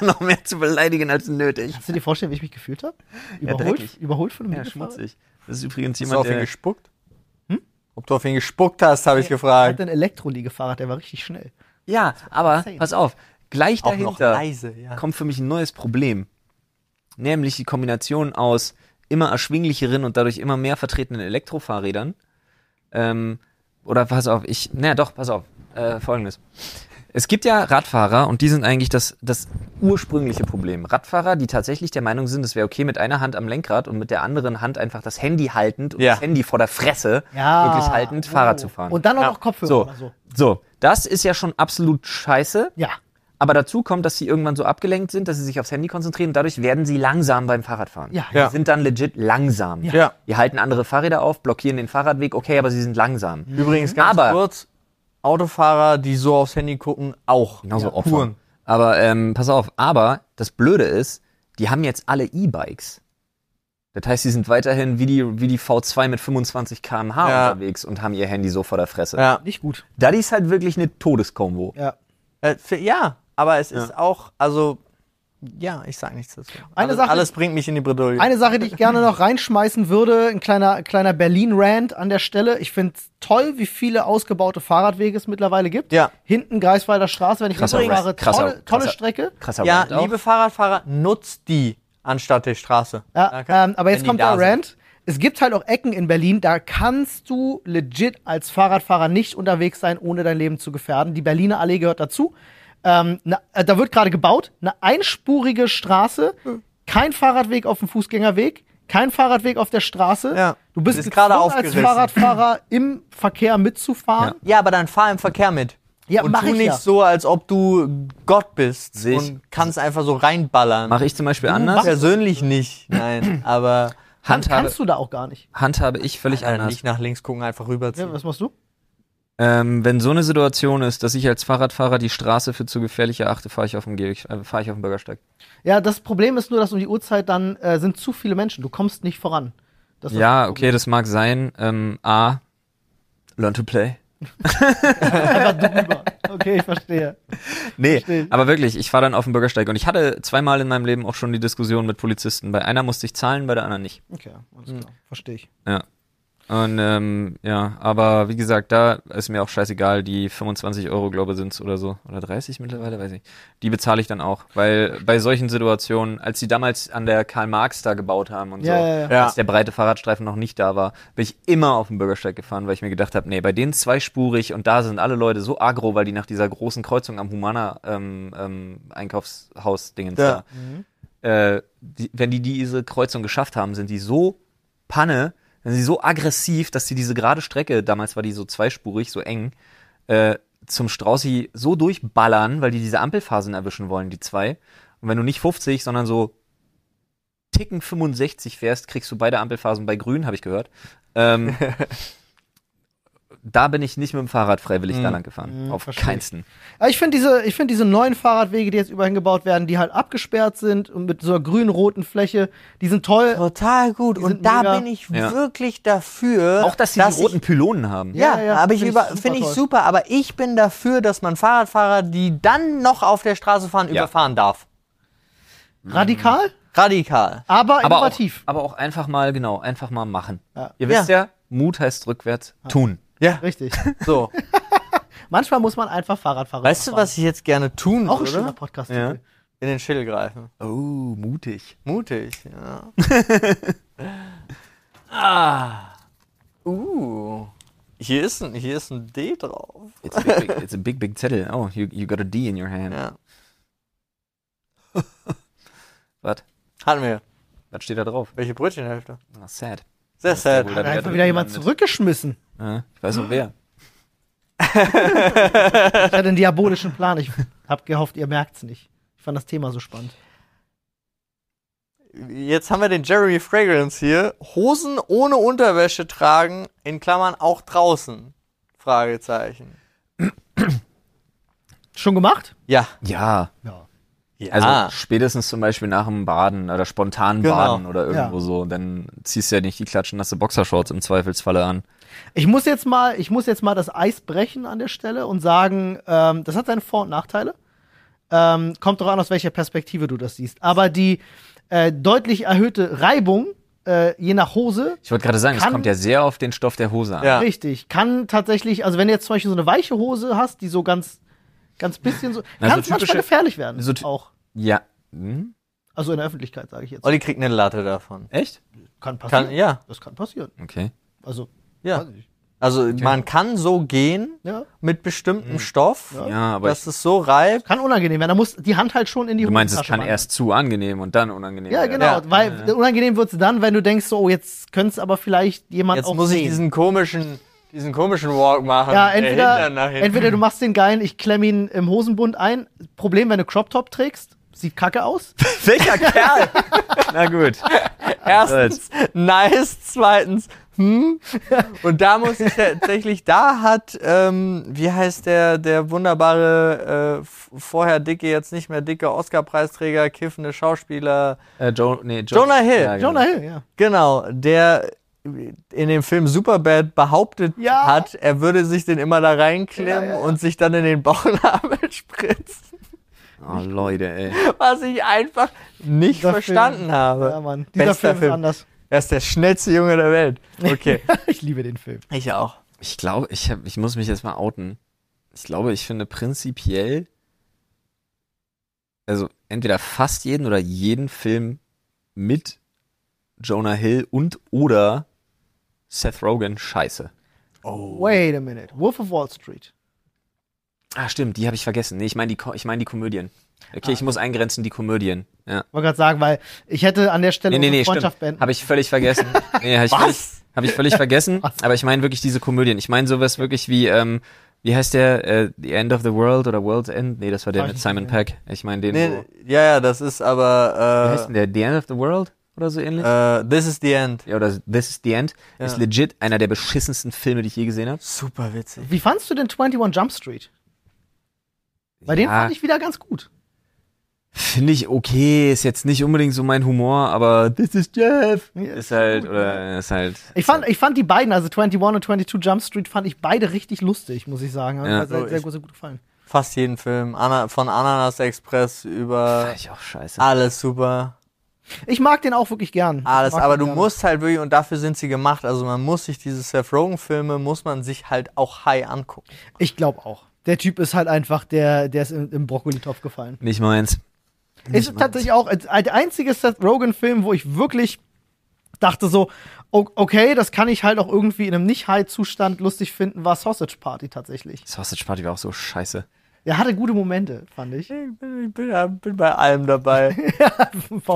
[laughs] noch mehr zu beleidigen als nötig.
Kannst du dir vorstellen, wie ich mich gefühlt habe?
Ja,
Überholt,
dreckig.
überholt von einem
Ja,
Mitfahrer?
schmutzig. Das ist übrigens
Hast du
jemand,
auf ihn
der.
gespuckt? Hm? Ob du auf ihn gespuckt hast, habe ich
Er
gefragt.
hatte ein Elektroliegefahrrad, der war richtig schnell.
Ja, aber
insane.
pass auf, gleich
Auch noch
dahinter
leise, ja.
kommt für mich ein neues Problem. Nämlich die Kombination aus immer erschwinglicheren und dadurch immer mehr vertretenen Elektrofahrrädern. Ähm, oder pass auf, ich. Na doch, pass auf. Äh, Folgendes. Es gibt ja Radfahrer und die sind eigentlich das, das ursprüngliche Problem. Radfahrer, die tatsächlich der Meinung sind, es wäre okay, mit einer Hand am Lenkrad und mit der anderen Hand einfach das Handy haltend und
Ja.
das Handy vor der Fresse wirklich haltend Fahrrad zu fahren.
Und dann auch
Ja.
noch Kopfhörer
so,
oder so.
so, das ist ja schon absolut scheiße.
Ja.
Aber dazu kommt, dass sie irgendwann so abgelenkt sind, dass sie sich aufs Handy konzentrieren. Dadurch werden sie langsam beim Fahrradfahren.
Ja.
Ja.
Sie sind dann legit langsam.
Ja.
Die halten andere Fahrräder auf, blockieren den Fahrradweg. Okay, aber sie sind langsam.
Übrigens ganz
Aber-
kurz, Autofahrer, die so aufs Handy gucken, auch.
Genauso
Ja.
Opfer.
Huren.
Aber ähm, pass auf. Aber das Blöde ist, die haben jetzt alle E-Bikes. Das heißt, sie sind weiterhin wie die, wie die V2 mit 25 km/h
Ja.
unterwegs und haben ihr Handy so vor der Fresse.
Ja.
Nicht gut.
Das ist halt wirklich eine Todeskombo.
Ja.
Äh, für, ja, aber es ist auch, also, ja, ich sag nichts dazu.
Eine
alles,
Sache-
alles bringt mich in die Bredouille.
Eine Sache, die ich gerne noch reinschmeißen würde, ein kleiner, kleiner Berlin-Rand an der Stelle. Ich finde es toll, wie viele ausgebaute Fahrradwege es mittlerweile gibt.
Ja.
Hinten Greifswalder Straße, wenn ich
Krasser
rüber fahre,
Rand. Krasser-
tolle, tolle
krasser-
Strecke.
Krasser
ja,
Rand auch.
liebe Fahrradfahrer, nutzt die anstatt der Straße.
Ja,
Danke.
ähm, aber jetzt
Wenn die
kommt
da
der
sind.
Rand. Es gibt halt auch Ecken in Berlin, da kannst du legit als Fahrradfahrer nicht unterwegs sein, ohne dein Leben zu gefährden. Die Berliner Allee gehört dazu. Ähm, na, äh, da wird gerade gebaut, eine einspurige Straße, kein Fahrradweg auf dem Fußgängerweg, kein Fahrradweg auf der Straße.
Ja.
Du bist
Ist gerade
gezwungen, als
aufgerissen.
Fahrradfahrer im Verkehr mitzufahren.
Ja, aber dann fahr im Verkehr mit.
Ja,
und
mach
tu
ich
nicht
ja.
so, als ob du Gott bist
Sehe ich-
und kannst einfach so reinballern.
Mache ich zum Beispiel anders.
[laughs] Persönlich nicht, nein, aber
Handhabe,
kannst du da auch gar nicht.
handhabe ich völlig
Alter,
anders.
nicht nach links gucken, einfach rüberziehen.
Ja, was machst du?
Ähm, wenn so eine Situation ist, dass ich als Fahrradfahrer die Straße für zu gefährlich erachte, fahre ich auf dem Gehweg, äh, fahre ich auf dem Bürgersteig.
Ja, das Problem ist nur, dass um die Uhrzeit dann äh, sind zu viele Menschen. Du kommst nicht voran. Das ist
Ja,
das
okay, das mag sein. Ähm, A, learn to play.
Problem. Okay, ich verstehe.
Nee,
Verstehe.
aber wirklich, ich fahre dann auf dem Bürgersteig und ich hatte zweimal in meinem Leben auch schon die Diskussion mit Polizisten. Bei einer musste ich zahlen, bei der anderen nicht.
Okay, alles klar. Verstehe ich.
Ja. Und ähm, ja, aber wie gesagt, da ist mir auch scheißegal, die 25 Euro, glaube ich, sind's oder so. Oder 30 mittlerweile, weiß ich. nicht. Die bezahle ich dann auch. Weil bei solchen Situationen, als die damals an der Karl Marx da gebaut haben und
Ja,
so,
ja, ja.
als der breite Fahrradstreifen noch nicht da war, bin ich immer auf dem Bürgersteig gefahren, weil ich mir gedacht habe, nee, bei denen zweispurig und da sind alle Leute so agro, weil die nach dieser großen Kreuzung am Humana ähm, ähm, Einkaufshaus-Dingens
Ja.
da äh, die, wenn die diese Kreuzung geschafft haben, sind die so panne, sind sie so aggressiv, dass sie diese gerade Strecke, damals war die so zweispurig, so eng, äh, zum Straußi so durchballern, weil die diese Ampelphasen erwischen wollen, die zwei. Und wenn du nicht 50, sondern so Ticken 65 fährst, kriegst du beide Ampelphasen bei Grün, habe ich gehört. Ähm, da bin ich nicht mit dem Fahrrad freiwillig da lang gefahren.
Mm,
auf
verstehe.
keinsten.
Aber ich finde diese, ich finde diese neuen Fahrradwege, die jetzt überall gebaut werden, die halt abgesperrt sind und mit so einer grün-roten Fläche, die sind toll.
Total gut.
sind
Und da
mega-
bin ich
Ja.
wirklich dafür.
Auch, dass sie die roten
ich,
Pylonen haben.
ja,
Ja, ja,
aber ich
find ich
über-
super
finde ich
toll.
super, aber ich bin dafür, dass man Fahrradfahrer, die dann noch auf der Straße fahren,
Ja.
überfahren darf.
Hm. Radikal,
Radikal.
aber
aber auch,
innovativ.
aber auch einfach mal, genau, einfach mal machen.
Ja.
Ihr wisst ja, Mut heißt rückwärts tun.
Ja,
Richtig.
so.
Manchmal muss man einfach Fahrradfahrer
Weißt du, was ich jetzt gerne tun
Auch ein
würde?
schöner Podcast.
Ja.
In den Schill greifen.
Oh, mutig.
Mutig, ja. ah. Uh. Hier ist ein, hier ist ein D drauf.
It's a big, big, it's a big, big Zettel. Oh, you, you got a D in your hand.
Ja.
Was?
Hatten wir.
Was steht da drauf?
Welche Brötchenhälfte?
Ah, sad.
Sehr sad.
wohl
Hat
Dann
einfach
wär-
wieder jemand
dann mit.
zurückgeschmissen.
Ja, ich weiß noch wer.
Ich hatte einen diabolischen Plan. Ich hab gehofft, ihr merkt's nicht. Ich fand das Thema so spannend.
Jetzt haben wir den Jeremy Fragrance hier. Hosen ohne Unterwäsche tragen, in Klammern auch draußen. Fragezeichen.
Schon gemacht?
Ja.
Ja,
Ja.
ja.
also
Also,
spätestens zum Beispiel nach dem Baden oder spontan
Genau.
Baden oder irgendwo
Ja.
so. Dann ziehst du ja nicht die klatschennasse Boxershorts im Zweifelsfalle an.
Ich muss jetzt mal, ich muss jetzt mal das Eis brechen an der Stelle und sagen, ähm, das hat seine Vor- und Nachteile. Ähm, kommt drauf an, aus welcher Perspektive du das siehst. Aber die äh, deutlich erhöhte Reibung, äh, je nach Hose,
Ich wollte gerade sagen, es
Kann-
kommt ja sehr auf den Stoff der Hose an.
Ja.
richtig, kann tatsächlich, also wenn du jetzt zum Beispiel so eine weiche Hose hast, die so ganz, ganz bisschen so,
Na, so
kann es manchmal
typische-
gefährlich werden.
so ty-
auch.
Ja. Hm?
Also in der Öffentlichkeit, sage ich jetzt.
Olli kriegt eine Latte davon.
Echt?
Kann passieren.
Kann, ja,
Das kann passieren.
Okay.
Also,
ja.
weiß ich.
Also man kann so gehen
Ja.
mit bestimmtem Stoff,
Ja, aber
dass es so reibt.
Kann unangenehm werden. Da muss die Hand halt schon in die
Du meinst, es
Hosentasche
kann
rein.
erst zu angenehm und dann unangenehm.
Ja,
werden.
genau.
Ja.
Weil unangenehm wird's dann, wenn du denkst, so, oh, jetzt könnte es aber vielleicht jemand
Jetzt
auch
muss
sehen.
ich diesen komischen, diesen komischen Walk machen.
ja,
Der Hintern nach
entweder,
hinten.
entweder du machst den geilen, ich klemme ihn im Hosenbund ein. Problem, wenn du Crop Top trägst, sieht kacke aus. [laughs]
Welcher Kerl? Na gut.
Erstens, nice. Zweitens, hm. Und da muss ich tatsächlich, da hat, ähm, wie heißt der, der wunderbare, äh, f- vorher dicke, jetzt nicht mehr dicke Oscar-Preisträger, kiffende Schauspieler,
Äh, jo nee, jo
Jonah Hill.
Ja, genau.
Jonah Hill, ja.
genau, der in dem Film Superbad behauptet
Ja.
hat, er würde sich den immer da reinklemmen
Ja, ja, ja.
und sich dann in den Bauchnabel [laughs] spritzen,
Oh, Leute, ey.
was ich einfach nicht
Dieser
verstanden
Film.
habe.
Ja, Mann. Dieser
Bester
Film, ist anders. [laughs]
Er ist der schnellste Junge der Welt. Okay,
ich liebe den Film.
ich auch.
Ich glaube, ich, hab, ich muss mich jetzt mal outen. Ich glaube, ich finde prinzipiell, also entweder fast jeden oder jeden Film mit Jonah Hill und oder Seth Rogen scheiße.
Wait a minute. Wolf of Wall Street.
Ah, stimmt, die habe ich vergessen. Nee, ich meine die, Ko- ich mein die Komödien. Okay, ich muss eingrenzen, die Komödien. Ja.
Wollte gerade sagen, weil ich hätte an der Stelle
Nee, nee,
unsere
nee,
Freundschaft
stimmt.
beenden.
Habe ich völlig vergessen. Nee,
[laughs]
hab ich
Was?
Völlig, hab ich völlig vergessen. Aber ich meine wirklich diese Komödien. Ich meine sowas wirklich wie, ähm, wie heißt der? Äh, The End of the World oder World's End? Nee, das war der
Hab ich
mit
nicht äh,
Simon Peck. Ich meine den.
Nee,
wo,
ja, ja, das ist
Genau. wie heißt denn
aber.
der? The End of the World? oder so ähnlich.
Äh, This is the End.
Ja, oder This is the End
Ja.
ist legit einer der beschissensten Filme, die ich je gesehen habe.
Super witzig.
Wie fandst du denn 21 Jump Street? Bei dem
Ja.
fand ich wieder ganz gut.
Finde ich okay, ist jetzt nicht unbedingt so mein Humor, aber This is Jeff
Ja,
ist halt, oder ist halt.
Ich fand, ich fand die beiden, also 21 und 22 Jump Street, fand ich beide richtig lustig, muss ich sagen. Hat
Ja.
mir sehr,
So,
sehr
ich-
gut, sehr gut gefallen.
Fast jeden Film. Ana von Ananas Express über
Äh,
Fand ich auch scheiße.
alles super.
Ich mag den auch wirklich gern.
Alles,
Ich mag
aber
den
du
gerne.
musst halt wirklich, und dafür sind sie gemacht, also man muss sich diese Seth Rogen-Filme, muss man sich halt auch high angucken.
Ich glaube auch. Der Typ ist halt einfach, der, der ist im, im Brokkolitopf gefallen.
Nicht meins.
Ist tatsächlich auch äh, der einzige Seth Rogen-Film, wo ich wirklich dachte so, o- okay, das kann ich halt auch irgendwie in einem Nicht-High-Zustand lustig finden, war Sausage Party tatsächlich.
Sausage Party war auch so scheiße.
Er hatte gute Momente, fand ich.
Ich bin, ich bin, bin bei allem dabei.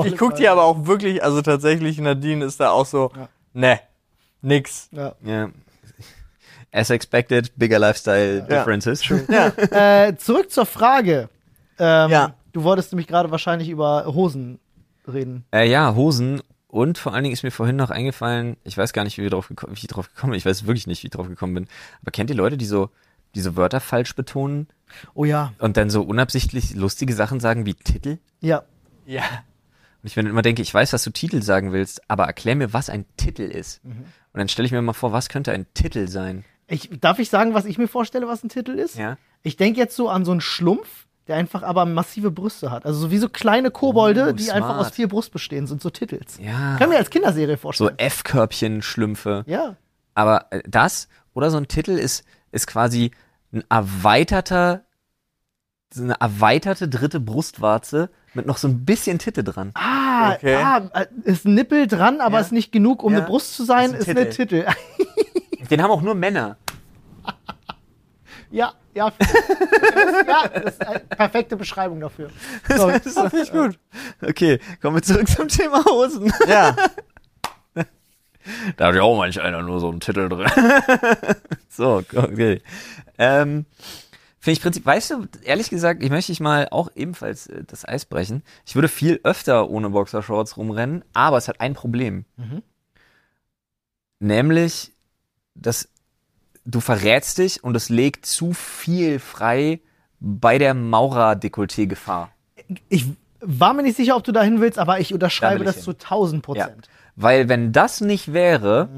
Ich guck die aber auch wirklich, also tatsächlich, Nadine ist da auch so,
Ja.
ne, nix.
Ja.
Ja. As expected, bigger lifestyle
Ja.
differences.
Ja,
[laughs] Äh, zurück zur Frage. Ähm,
Ja.
Du wolltest nämlich gerade wahrscheinlich über Hosen reden.
Äh, ja, Hosen. Und vor allen Dingen ist mir vorhin noch eingefallen, ich weiß gar nicht, wie, wir drauf geko- wie ich drauf gekommen bin. Ich weiß wirklich nicht, wie ich drauf gekommen bin. Aber kennt ihr Leute, die so diese Wörter falsch betonen
Oh ja,
und dann so unabsichtlich lustige Sachen sagen wie Titel?
ja.
ja.
Und ich mir dann immer denke, ich weiß, was du Titel sagen willst, aber erklär mir, was ein Titel ist.
Mhm.
Und dann stelle ich mir mal vor, was könnte ein Titel sein?
Ich, darf ich sagen, was ich mir vorstelle, was ein Titel ist?
Ja.
Ich denke jetzt so an so einen Schlumpf, der einfach aber massive Brüste hat. Also so wie so kleine Kobolde,
Oh,
die
smart.
einfach aus vier Brust bestehen, sind so Titels.
Ja.
Kann mir als Kinderserie
So
vorstellen.
F-Körbchen-Schlümpfe.
ja.
Aber äh, das oder so ein Titel ist, ist quasi ein erweiterter, so eine erweiterte dritte Brustwarze mit noch so ein bisschen Titte dran.
Ah,
Okay.
ah, ist ein Nippel dran, aber
Ja.
ist nicht genug, um
Ja.
eine Brust zu sein, ist,
Ist ein
eine Titel. [laughs]
Den haben auch nur Männer.
ja, ja. [laughs] ja, das ist eine perfekte Beschreibung dafür. So,
[laughs] Das finde ich gut. Okay, kommen wir zurück zum Thema [laughs] Hosen.
Ja,
Da hat ja auch manch einer nur so einen Titel drin. [laughs] so, okay. Ähm, Finde ich prinzip, weißt du, ehrlich gesagt, ich möchte ich mal auch ebenfalls äh, das Eis brechen. Ich würde viel öfter ohne Boxershorts rumrennen, aber es hat ein Problem. Nämlich, dass du verrätst dich und es legt zu viel frei bei der Maurer-Dekolleté-Gefahr.
ich war mir nicht sicher, ob du dahin willst, aber ich
Da
unterschreibe
will ich
das
hin.
zu 1000
Ja.
Prozent. Mhm.
Weil wenn das nicht wäre,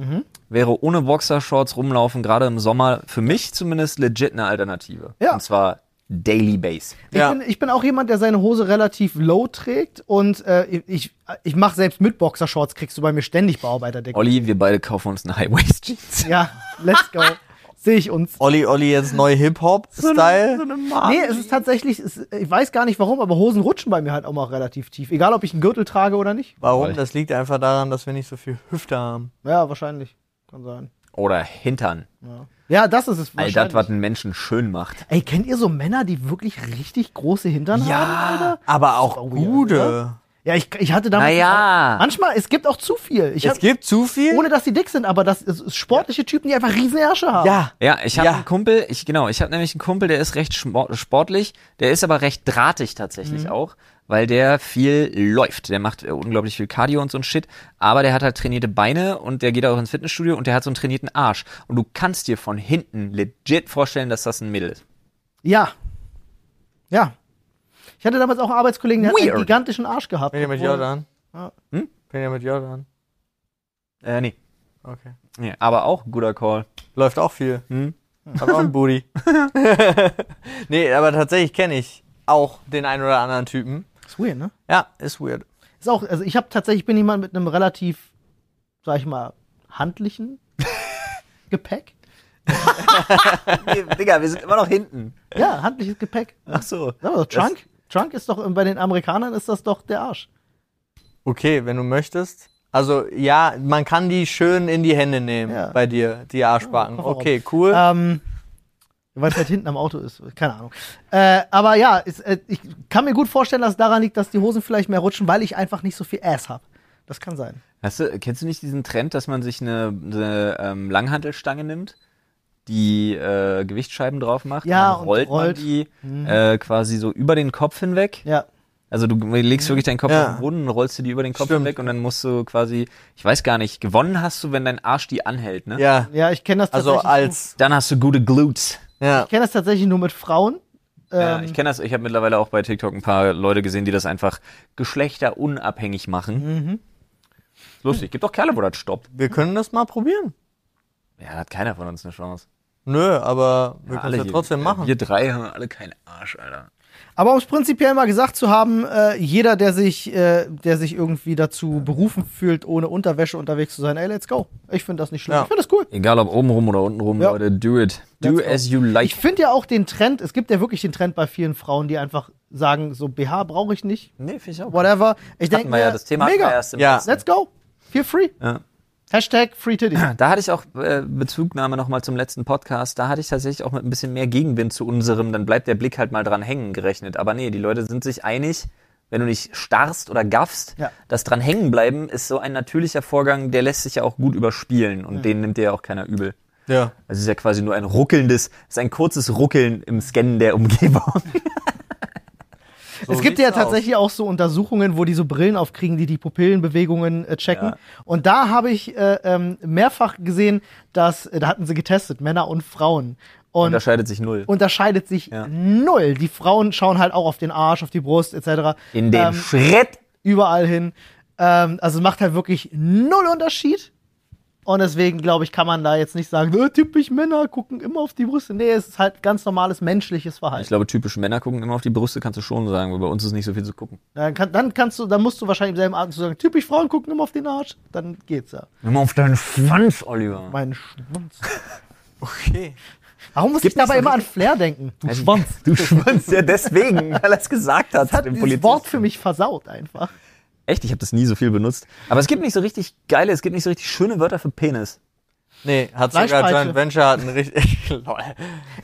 wäre ohne Boxershorts rumlaufen, gerade im Sommer, für mich zumindest legit eine Alternative.
Ja.
Und zwar Daily Base.
Ich,
Ja.
bin, ich bin auch jemand, der seine Hose relativ low trägt und äh, ich, ich mache selbst mit Boxershorts, kriegst du bei mir ständig Bauarbeiterdecken.
Olli, wir beide kaufen uns eine High-Waist-Jeans.
Ja,
[laughs]
let's go. Sehe ich uns.
Oh,
Olli Olli jetzt neu Hip-Hop-Style.
Nee, es ist tatsächlich, es, ich weiß gar nicht warum, aber Hosen rutschen bei mir halt auch mal relativ tief. Egal, ob ich einen Gürtel trage oder nicht.
Warum? Das liegt einfach daran, dass wir nicht so viel Hüfte haben.
Ja, wahrscheinlich. Kann sein.
Oder Hintern.
Ja, das ist es
All
wahrscheinlich.
das, was einen Menschen schön macht.
Ey, kennt ihr so Männer, die wirklich richtig große Hintern haben? Alter?
Aber auch
weird,
gute.
Ja, ich, ich hatte damals.
Naja.
Auch, manchmal, es gibt auch zu viel. Ich
Es
hab,
gibt zu viel.
ohne dass die dick sind, aber das ist sportliche Typen, die einfach riesen Ärsche haben.
ja.
Ja, ich habe
Ja.
einen Kumpel, ich genau, ich habe nämlich einen Kumpel, der ist recht schmo- sportlich, der ist aber recht drahtig tatsächlich auch, weil der viel läuft, der macht äh, unglaublich viel Cardio und so ein Shit, aber der hat halt trainierte Beine und der geht auch ins Fitnessstudio und der hat so einen trainierten Arsch und du kannst dir von hinten legit vorstellen, dass das ein Mädel ist.
Ja. Ja. Ich hatte damals auch einen Arbeitskollegen, der hat
Weird.
einen gigantischen Arsch gehabt.
Bin ihr mit
obwohl-
Jordan?
Ja.
Hm?
Bin ihr mit Jordan?
Äh nee,
Okay.
nee aber auch ein guter Call.
Läuft auch viel.
Hm?
Aber auch ein Booty.
[laughs]
nee, aber tatsächlich kenne ich auch den einen oder anderen Typen.
Ist weird, ne?
Ja, ist weird.
Ist auch, also ich habe tatsächlich, bin jemand mit einem relativ, sag ich mal,
[laughs]
handlichen Gepäck.
Digga, wir sind immer noch hinten.
Ja, handliches Gepäck.
Ach so.
Sag mal, Trunk? Trunk ist doch, bei den Amerikanern ist das doch der Arsch.
Okay, wenn du möchtest. Also ja, man kann die schön in die Hände nehmen
Ja.
bei dir, die Arschbacken.
Kofferraum.
Okay, cool.
Ähm, weil es halt hinten am Auto ist. Keine Ahnung. Äh, aber ja, ist, äh, ich kann mir gut vorstellen, dass es daran liegt, dass die Hosen vielleicht mehr rutschen, weil ich einfach nicht so viel Ass habe. Das kann sein.
Hast du, kennst du nicht diesen Trend, dass man sich eine, eine ähm, Langhantelstange nimmt, die äh, Gewichtsscheiben drauf macht,
Ja,
dann
und
rollt,
rollt.
man die äh, quasi so über den Kopf hinweg
Ja.
Also du legst wirklich deinen Kopf
Ja.
auf den Boden, rollst dir die über den Kopf
Stimmt.
weg und dann musst du quasi, ich weiß gar nicht, gewonnen hast du, wenn dein Arsch die anhält, ne?
Ja,
Ja, ich kenne das
also
tatsächlich.
als,
Dann hast du gute Glutes.
ja.
Ich kenne das tatsächlich nur mit Frauen.
Ja,
Ähm,
ich kenne das, ich habe mittlerweile auch bei TikTok ein paar Leute gesehen, die das einfach geschlechterunabhängig machen. Lustig, gibt doch Kerle, wo das stoppt.
Wir können das mal probieren.
Ja, da hat keiner von uns eine Chance.
Nö, aber wir können es ja
hier-
trotzdem machen.
Wir drei haben alle keinen Arsch, Alter.
Aber um es prinzipiell mal gesagt zu haben, äh, jeder, der sich, äh, der sich irgendwie dazu berufen fühlt, ohne Unterwäsche unterwegs zu sein, ey, let's go. Ich finde das nicht schlimm.
Ja.
Ich finde das cool.
Egal ob oben rum oder unten rum,
Ja.
Leute, do it. Do
Let's go.
as you like.
Ich finde ja auch den Trend, es gibt ja wirklich den Trend bei vielen Frauen, die einfach sagen, so BH brauche ich nicht,
nee, finde ich auch.
whatever. Ich denke
Hatten wir
mir,
ja, das Thema hatten
mega,
wir erst im
Ja.
letzten-
let's go. Feel free.
Ja.
Hashtag free titty.
Da hatte ich auch äh, Bezugnahme nochmal zum letzten Podcast. Da hatte ich tatsächlich auch mit ein bisschen mehr Gegenwind zu unserem, dann bleibt der Blick halt mal dran hängen gerechnet. Aber nee, die Leute sind sich einig, wenn du nicht starrst oder gaffst,
Ja.
das dran hängen bleiben ist so ein natürlicher Vorgang, der lässt sich ja auch gut überspielen und den nimmt dir ja auch keiner übel.
Ja.
Also es ist ja quasi nur ein ruckelndes, es ist ein kurzes Ruckeln im Scannen der Umgebung.
So
es gibt
sieht's
ja
aus.
tatsächlich auch so Untersuchungen, wo die so Brillen aufkriegen, die die Pupillenbewegungen äh, checken.
Ja.
Und da habe ich äh, ähm, mehrfach gesehen, dass, äh, da hatten sie getestet, Männer und Frauen. Und
Unterscheidet sich null.
unterscheidet sich
Ja.
null. Die Frauen schauen halt auch auf den Arsch, auf die Brust etc.
In dem
ähm,
Schritt
überall hin. Ähm, also es macht halt wirklich null Unterschied. Und deswegen, glaube ich, kann man da jetzt nicht sagen, äh, typisch Männer gucken immer auf die Brüste. Nee, es ist halt ganz normales menschliches Verhalten.
Ich glaube, typische Männer gucken immer auf die Brüste, kannst du schon sagen, weil bei uns ist nicht so viel zu gucken.
Dann, kann, dann kannst du, dann musst du wahrscheinlich im selben Atem sagen, typisch Frauen gucken immer auf den Arsch. Dann geht's ja.
Immer auf deinen Schwanz, Oliver.
Mein Schwanz.
Okay.
Warum muss
Gibt
ich dabei
es
immer
noch-
an Flair denken? Du Schwanz.
Du Schwanz, ja
[laughs]
deswegen, weil er es gesagt hat,
Das hat dieses Wort für mich versaut einfach.
Echt, ich habe das nie so viel benutzt. Aber es gibt nicht so richtig geile, es gibt nicht so richtig schöne Wörter für Penis.
Nee, hat sogar
Fleischpeitsche.
Joint Venture hat ein, richtig, [laughs] Lol.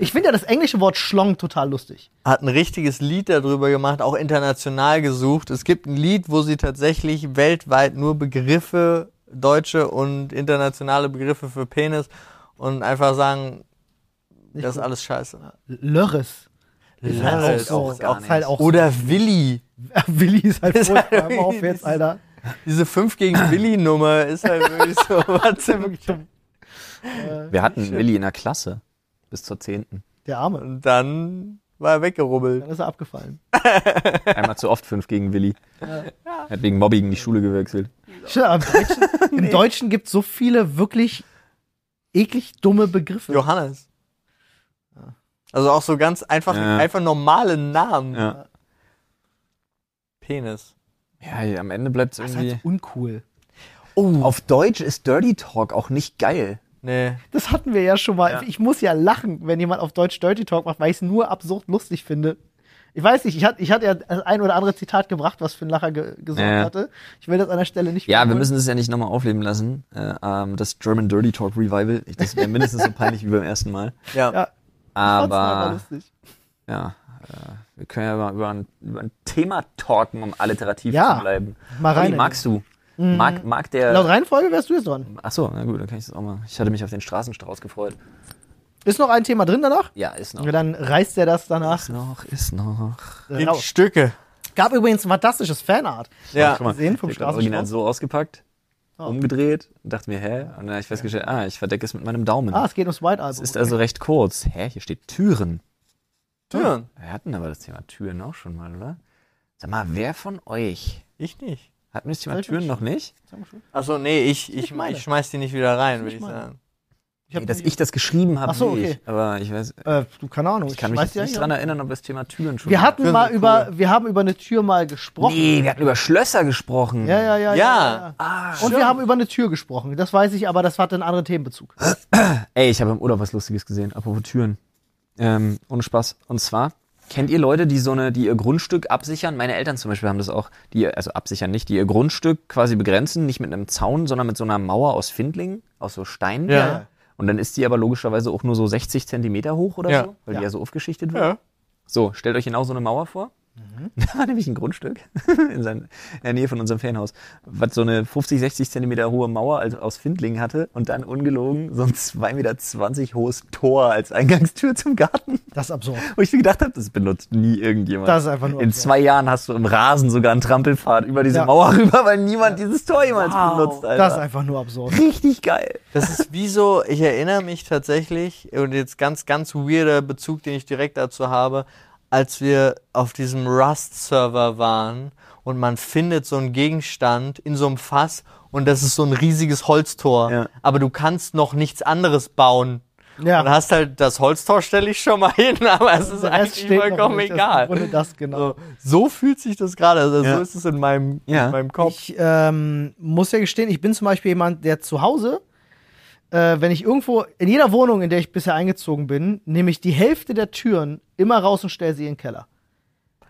Ich finde ja das englische Wort Schlong total lustig.
hat ein richtiges Lied darüber gemacht, auch international gesucht. Es gibt ein Lied, wo sie tatsächlich weltweit nur Begriffe, deutsche und internationale Begriffe für Penis und einfach sagen, das ist alles scheiße.
Lörres.
Ja,
Lörres.
ist auch
so,
gar
ist halt
nicht.
auch so.
Oder Willi.
[laughs] Willi ist halt
Ist
furchtbar.
halt
Hör mal auf
wirklich-
jetzt, Alter.
Diese
[laughs]
5 gegen Willi Nummer ist halt wirklich so, was im
Äh,
Wir hatten Willi in der Klasse bis zur zehnten.
Der Arme.
Und dann war er weggerubbelt.
Dann ist er abgefallen.
Einmal zu oft fünf gegen Willi. Er hat wegen Mobbing die Schule gewechselt.
Stimmt, aber
[laughs]
Im Deutschen, im Deutschen gibt es so viele wirklich eklig dumme Begriffe.
Johannes. Also auch so ganz einfach,
Ja.
einfach normale Namen.
Ja,
Penis.
ja am Ende bleibt es
Das ist halt
irgendwie.
so uncool. Oh,
Auf Deutsch ist Dirty Talk auch nicht geil.
Nee.
Das hatten wir ja schon mal.
Ja.
Ich muss ja lachen, wenn jemand auf Deutsch Dirty Talk macht, weil ich es nur absurd lustig finde. Ich weiß nicht, ich hatte, ich hatte ja das ein oder andere Zitat gebracht, was für einen Lacher ge gesorgt
Ja, ja.
hatte. Ich will das an der Stelle nicht
Ja, wir
wiederholen.
müssen es ja nicht nochmal aufleben lassen. Äh, ähm, das German Dirty Talk Revival. Ich- Das wäre mindestens so peinlich wie beim ersten Mal.
Ja.
Ja, trotzdem aber
Aber
lustig.
ja, äh, wir können ja mal über ein, über ein Thema talken, um alliterativ
Ja,
zu bleiben.
mal Mhm. rein
Olli,
in-
magst du? Mag, mag
Laut
der.
Reihenfolge wärst du jetzt dran.
Ach so, na gut, dann kann ich das auch mal. Ich hatte mich auf den Straßenstrauß gefreut.
Ist noch ein Thema drin danach?
Ja, ist noch.
Ja, Dann reißt er das danach
Ist noch, ist noch.
äh,
In
raus.
Stücke.
Gab übrigens ein fantastisches Fanart.
Ja.
Guck mal,
Gesehen vom
ich hab das Original
Straßenstrauß. Oh.
so ausgepackt, umgedreht und dachte mir, hä? Und dann habe ich festgestellt, ah, ich verdecke es mit meinem Daumen.
Ah, es geht ums White Album.
es ist also recht kurz. Hä? Hier steht Türen.
Türen.
Wir hatten aber das Thema Türen auch schon mal, oder? Sag mal, wer von euch
Ich nicht.
hatten wir das Thema
Soll ich
Türen noch nicht?
Achso, nee, ich, ich,
meine.
ich schmeiß die nicht wieder rein,
Nicht
würde ich
meine.
sagen.
Ich hab
Nee, dass ich das geschrieben habe,
Ach so,
nee,
okay.
ich. aber ich weiß,
äh, du, keine Ahnung.
ich kann mich
weiß
jetzt
ja
nicht
nicht.
dran erinnern, ob wir das Thema Türen schon
Wir hatten
Türen
mal
sind cool.
über, wir haben über eine Tür mal gesprochen.
Nee, wir hatten über Schlösser gesprochen.
Ja, ja, ja, ja.
Ja.
ja, ja.
Ah,
Und wir haben über eine Tür gesprochen. Das weiß ich, aber das hatte einen anderen Themenbezug.
Ey, ich habe im Urlaub was Lustiges gesehen, apropos Türen. Ähm, ohne Spaß. Und zwar, kennt ihr Leute, die so eine, die ihr Grundstück absichern? Meine Eltern zum Beispiel haben das auch, die, ihr- also absichern nicht, die ihr Grundstück quasi begrenzen, nicht mit einem Zaun, sondern mit so einer Mauer aus Findlingen, aus so Steinen.
Ja.
Und dann ist die aber logischerweise auch nur so 60 Zentimeter hoch oder
Ja.
so, weil
Ja. Mhm.
die ja so aufgeschichtet wird.
Ja.
So, stellt euch genau so eine Mauer vor. [laughs] Da war nämlich ein Grundstück [laughs] in, sein, in der Nähe von unserem Ferienhaus, was so eine 50, 60 Zentimeter hohe Mauer als, aus Findlingen hatte und dann ungelogen so ein 2,20 Meter hohes Tor als Eingangstür zum Garten. [laughs]
Das ist absurd.
Wo ich mir gedacht habe, das benutzt nie irgendjemand.
Das ist einfach nur
In
absurd.
zwei Jahren hast du im Rasen sogar einen Trampelpfad über diese
Ja.
Mauer [laughs] rüber, weil niemand dieses Tor jemals benutzt, Alter.
Das ist einfach nur absurd.
richtig geil.
Das ist wie so, ich erinnere mich tatsächlich, und jetzt ganz, ganz weirder Bezug, den ich direkt dazu habe, als wir auf diesem Rust-Server waren und man findet so einen Gegenstand in so einem Fass und das ist so ein riesiges Holztor.
Ja.
Aber du kannst noch nichts anderes bauen.
Ja.
Und hast halt das Holztor stelle ich schon mal [laughs] hin, aber es ist
Der Rest
eigentlich
steht noch
vollkommen
nicht.
egal.
Ohne das, genau.
So, so fühlt sich das gerade, also
Ja.
so ist es in meinem,
Ja.
in meinem Kopf.
Ich ähm, muss ja gestehen, ich bin zum Beispiel jemand, der zu Hause, äh, wenn ich irgendwo, in jeder Wohnung, in der ich bisher eingezogen bin, nehme ich die Hälfte der Türen immer raus und stelle sie in den Keller.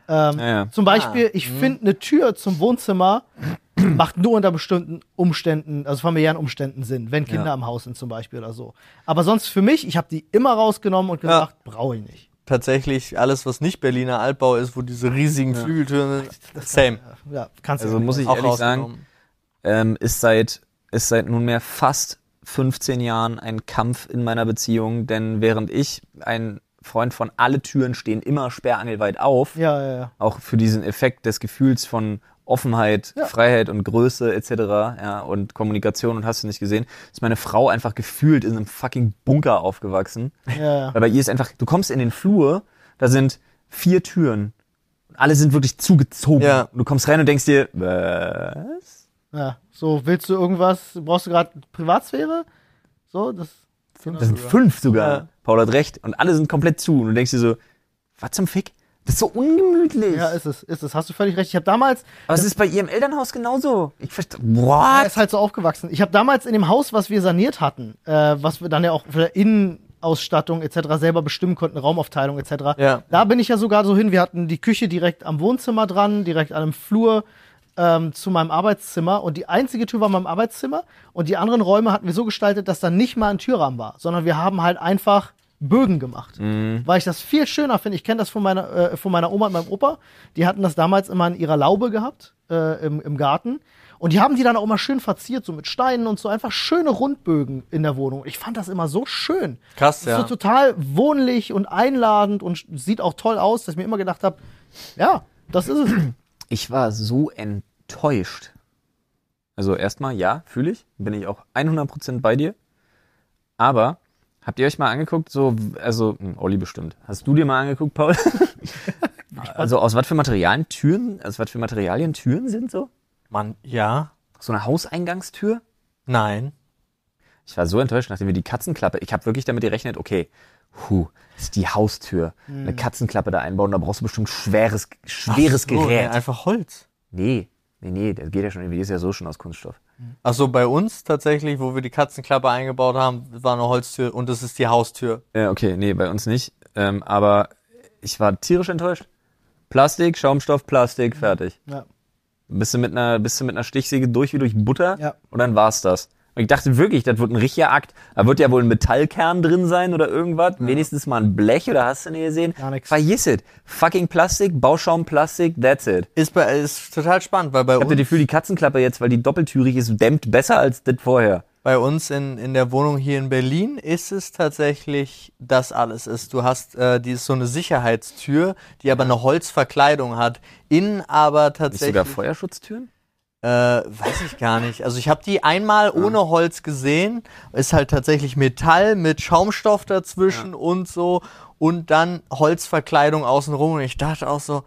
Ähm,
Ah, Ja, ja.
Zum Beispiel, ich finde eine Tür zum Wohnzimmer macht nur unter bestimmten Umständen, also familiären Umständen Sinn, wenn Kinder
Ja.
im Haus sind zum Beispiel oder so. Aber sonst für mich, ich habe die immer rausgenommen und gesagt, brauche ich nicht.
tatsächlich alles, was nicht Berliner Altbau ist, wo diese riesigen Flügeltüren sind. Same.
Ja, kannst du
Also
ja nicht
muss
machen.
ich ehrlich sagen,
rausgenommen.
ähm, ist seit ist seit nunmehr fast 15 Jahren ein Kampf in meiner Beziehung, denn während ich ein Freund von alle Türen stehen immer sperrangelweit auf,
Ja, ja, ja.
auch für diesen Effekt des Gefühls von Offenheit,
Ja.
Freiheit und Größe etc. Ja, und Kommunikation und hast du nicht gesehen, ist meine Frau einfach gefühlt in einem fucking Bunker aufgewachsen.
Ja, ja.
Weil bei ihr ist einfach, du kommst in den Flur, da sind vier Türen. Alle sind wirklich zugezogen.
Ja.
Und du kommst rein und denkst dir, äh, was?
Ja, so willst du irgendwas, brauchst du gerade Privatsphäre? So, das
Das sind fünf sogar.
Ja.
Paul hat recht. Und alle sind komplett zu. Und du denkst dir so, was zum Fick? Das ist so ungemütlich.
ja, ist es, ist es. Hast du völlig recht. Ich habe damals,
Aber es ist bei ihrem Elternhaus genauso. Ich verstehe.
er
What?
ist halt so aufgewachsen. Ich habe damals in dem Haus, was wir saniert hatten, äh, was wir dann ja auch für der Innenausstattung etc. selber bestimmen konnten, Raumaufteilung etc.
Ja.
Da bin ich ja sogar so hin. Wir hatten die Küche direkt am Wohnzimmer dran, direkt an einem Flur ähm, zu meinem Arbeitszimmer. Und die einzige Tür war meinem Arbeitszimmer. Und die anderen Räume hatten wir so gestaltet, dass da nicht mal ein Türrahmen war, sondern wir haben halt einfach Bögen gemacht. Weil ich das viel schöner finde. Ich kenne das von meiner, äh, von meiner Oma und meinem Opa. Die hatten das damals immer in ihrer Laube gehabt, äh, im, im Garten. Und die haben die dann auch immer schön verziert, so mit Steinen und so einfach schöne Rundbögen in der Wohnung. Ich fand das immer so schön.
Krass,
Das ist
ja.
so total wohnlich und einladend und sieht auch toll aus, dass ich mir immer gedacht habe, ja, das
[clears throat]
ist es.
Ich war so enttäuscht. Also erstmal, ja, fühle ich. Bin ich auch 100% bei dir. Aber habt ihr euch mal angeguckt, so, also, hm, Olli bestimmt. Hast du dir mal angeguckt,
[laughs]
Paul? also aus was für Materialien Türen, aus was für Materialien Türen sind so?
Mann, ja,
So eine Hauseingangstür?
nein.
Ich war so enttäuscht, nachdem wir die Katzenklappe. Ich habe wirklich damit gerechnet, okay, hu, ist die Haustür. Eine Katzenklappe da einbauen, da brauchst du bestimmt schweres, schweres
Hm. Ach so,
Gerät.
nee, einfach Holz.
nee, nee, nee, das geht ja schon irgendwie, die ist ja so schon aus Kunststoff.
Also bei uns tatsächlich, wo wir die Katzenklappe eingebaut haben, war eine Holztür und das ist die Haustür.
Ja, Äh, okay, nee, bei uns nicht. Ähm, aber ich war tierisch enttäuscht. Plastik, Schaumstoff, Plastik, fertig.
Ja.
Bist du mit einer, bist du mit einer Stichsäge durch wie durch Butter?
Ja.
Und dann war's das. Und ich dachte wirklich, das wird ein richtiger Akt. Da wird ja wohl ein Metallkern drin sein oder irgendwas. Wenigstens mal ein Blech oder hast du nie gesehen?
Gar nix.
Vergiss it. Fucking Plastik, Bauschaum, Plastik, that's it.
Ist, bei, ist total spannend, weil bei
Ich hab das
uns,
Gefühl, die Katzenklappe jetzt, weil die doppeltürig ist, dämmt besser als das vorher.
bei uns in, in der Wohnung hier in Berlin ist es tatsächlich, dass alles ist. Du hast, äh, die ist so eine Sicherheitstür, die aber eine Holzverkleidung hat. Innen aber
Nicht
tatsächlich.
sogar Feuerschutztüren?
Äh, weiß ich gar nicht. Also ich habe die einmal ohne Holz gesehen. Ist halt tatsächlich Metall mit Schaumstoff dazwischen und so. Und dann Holzverkleidung außenrum. Und ich dachte auch so,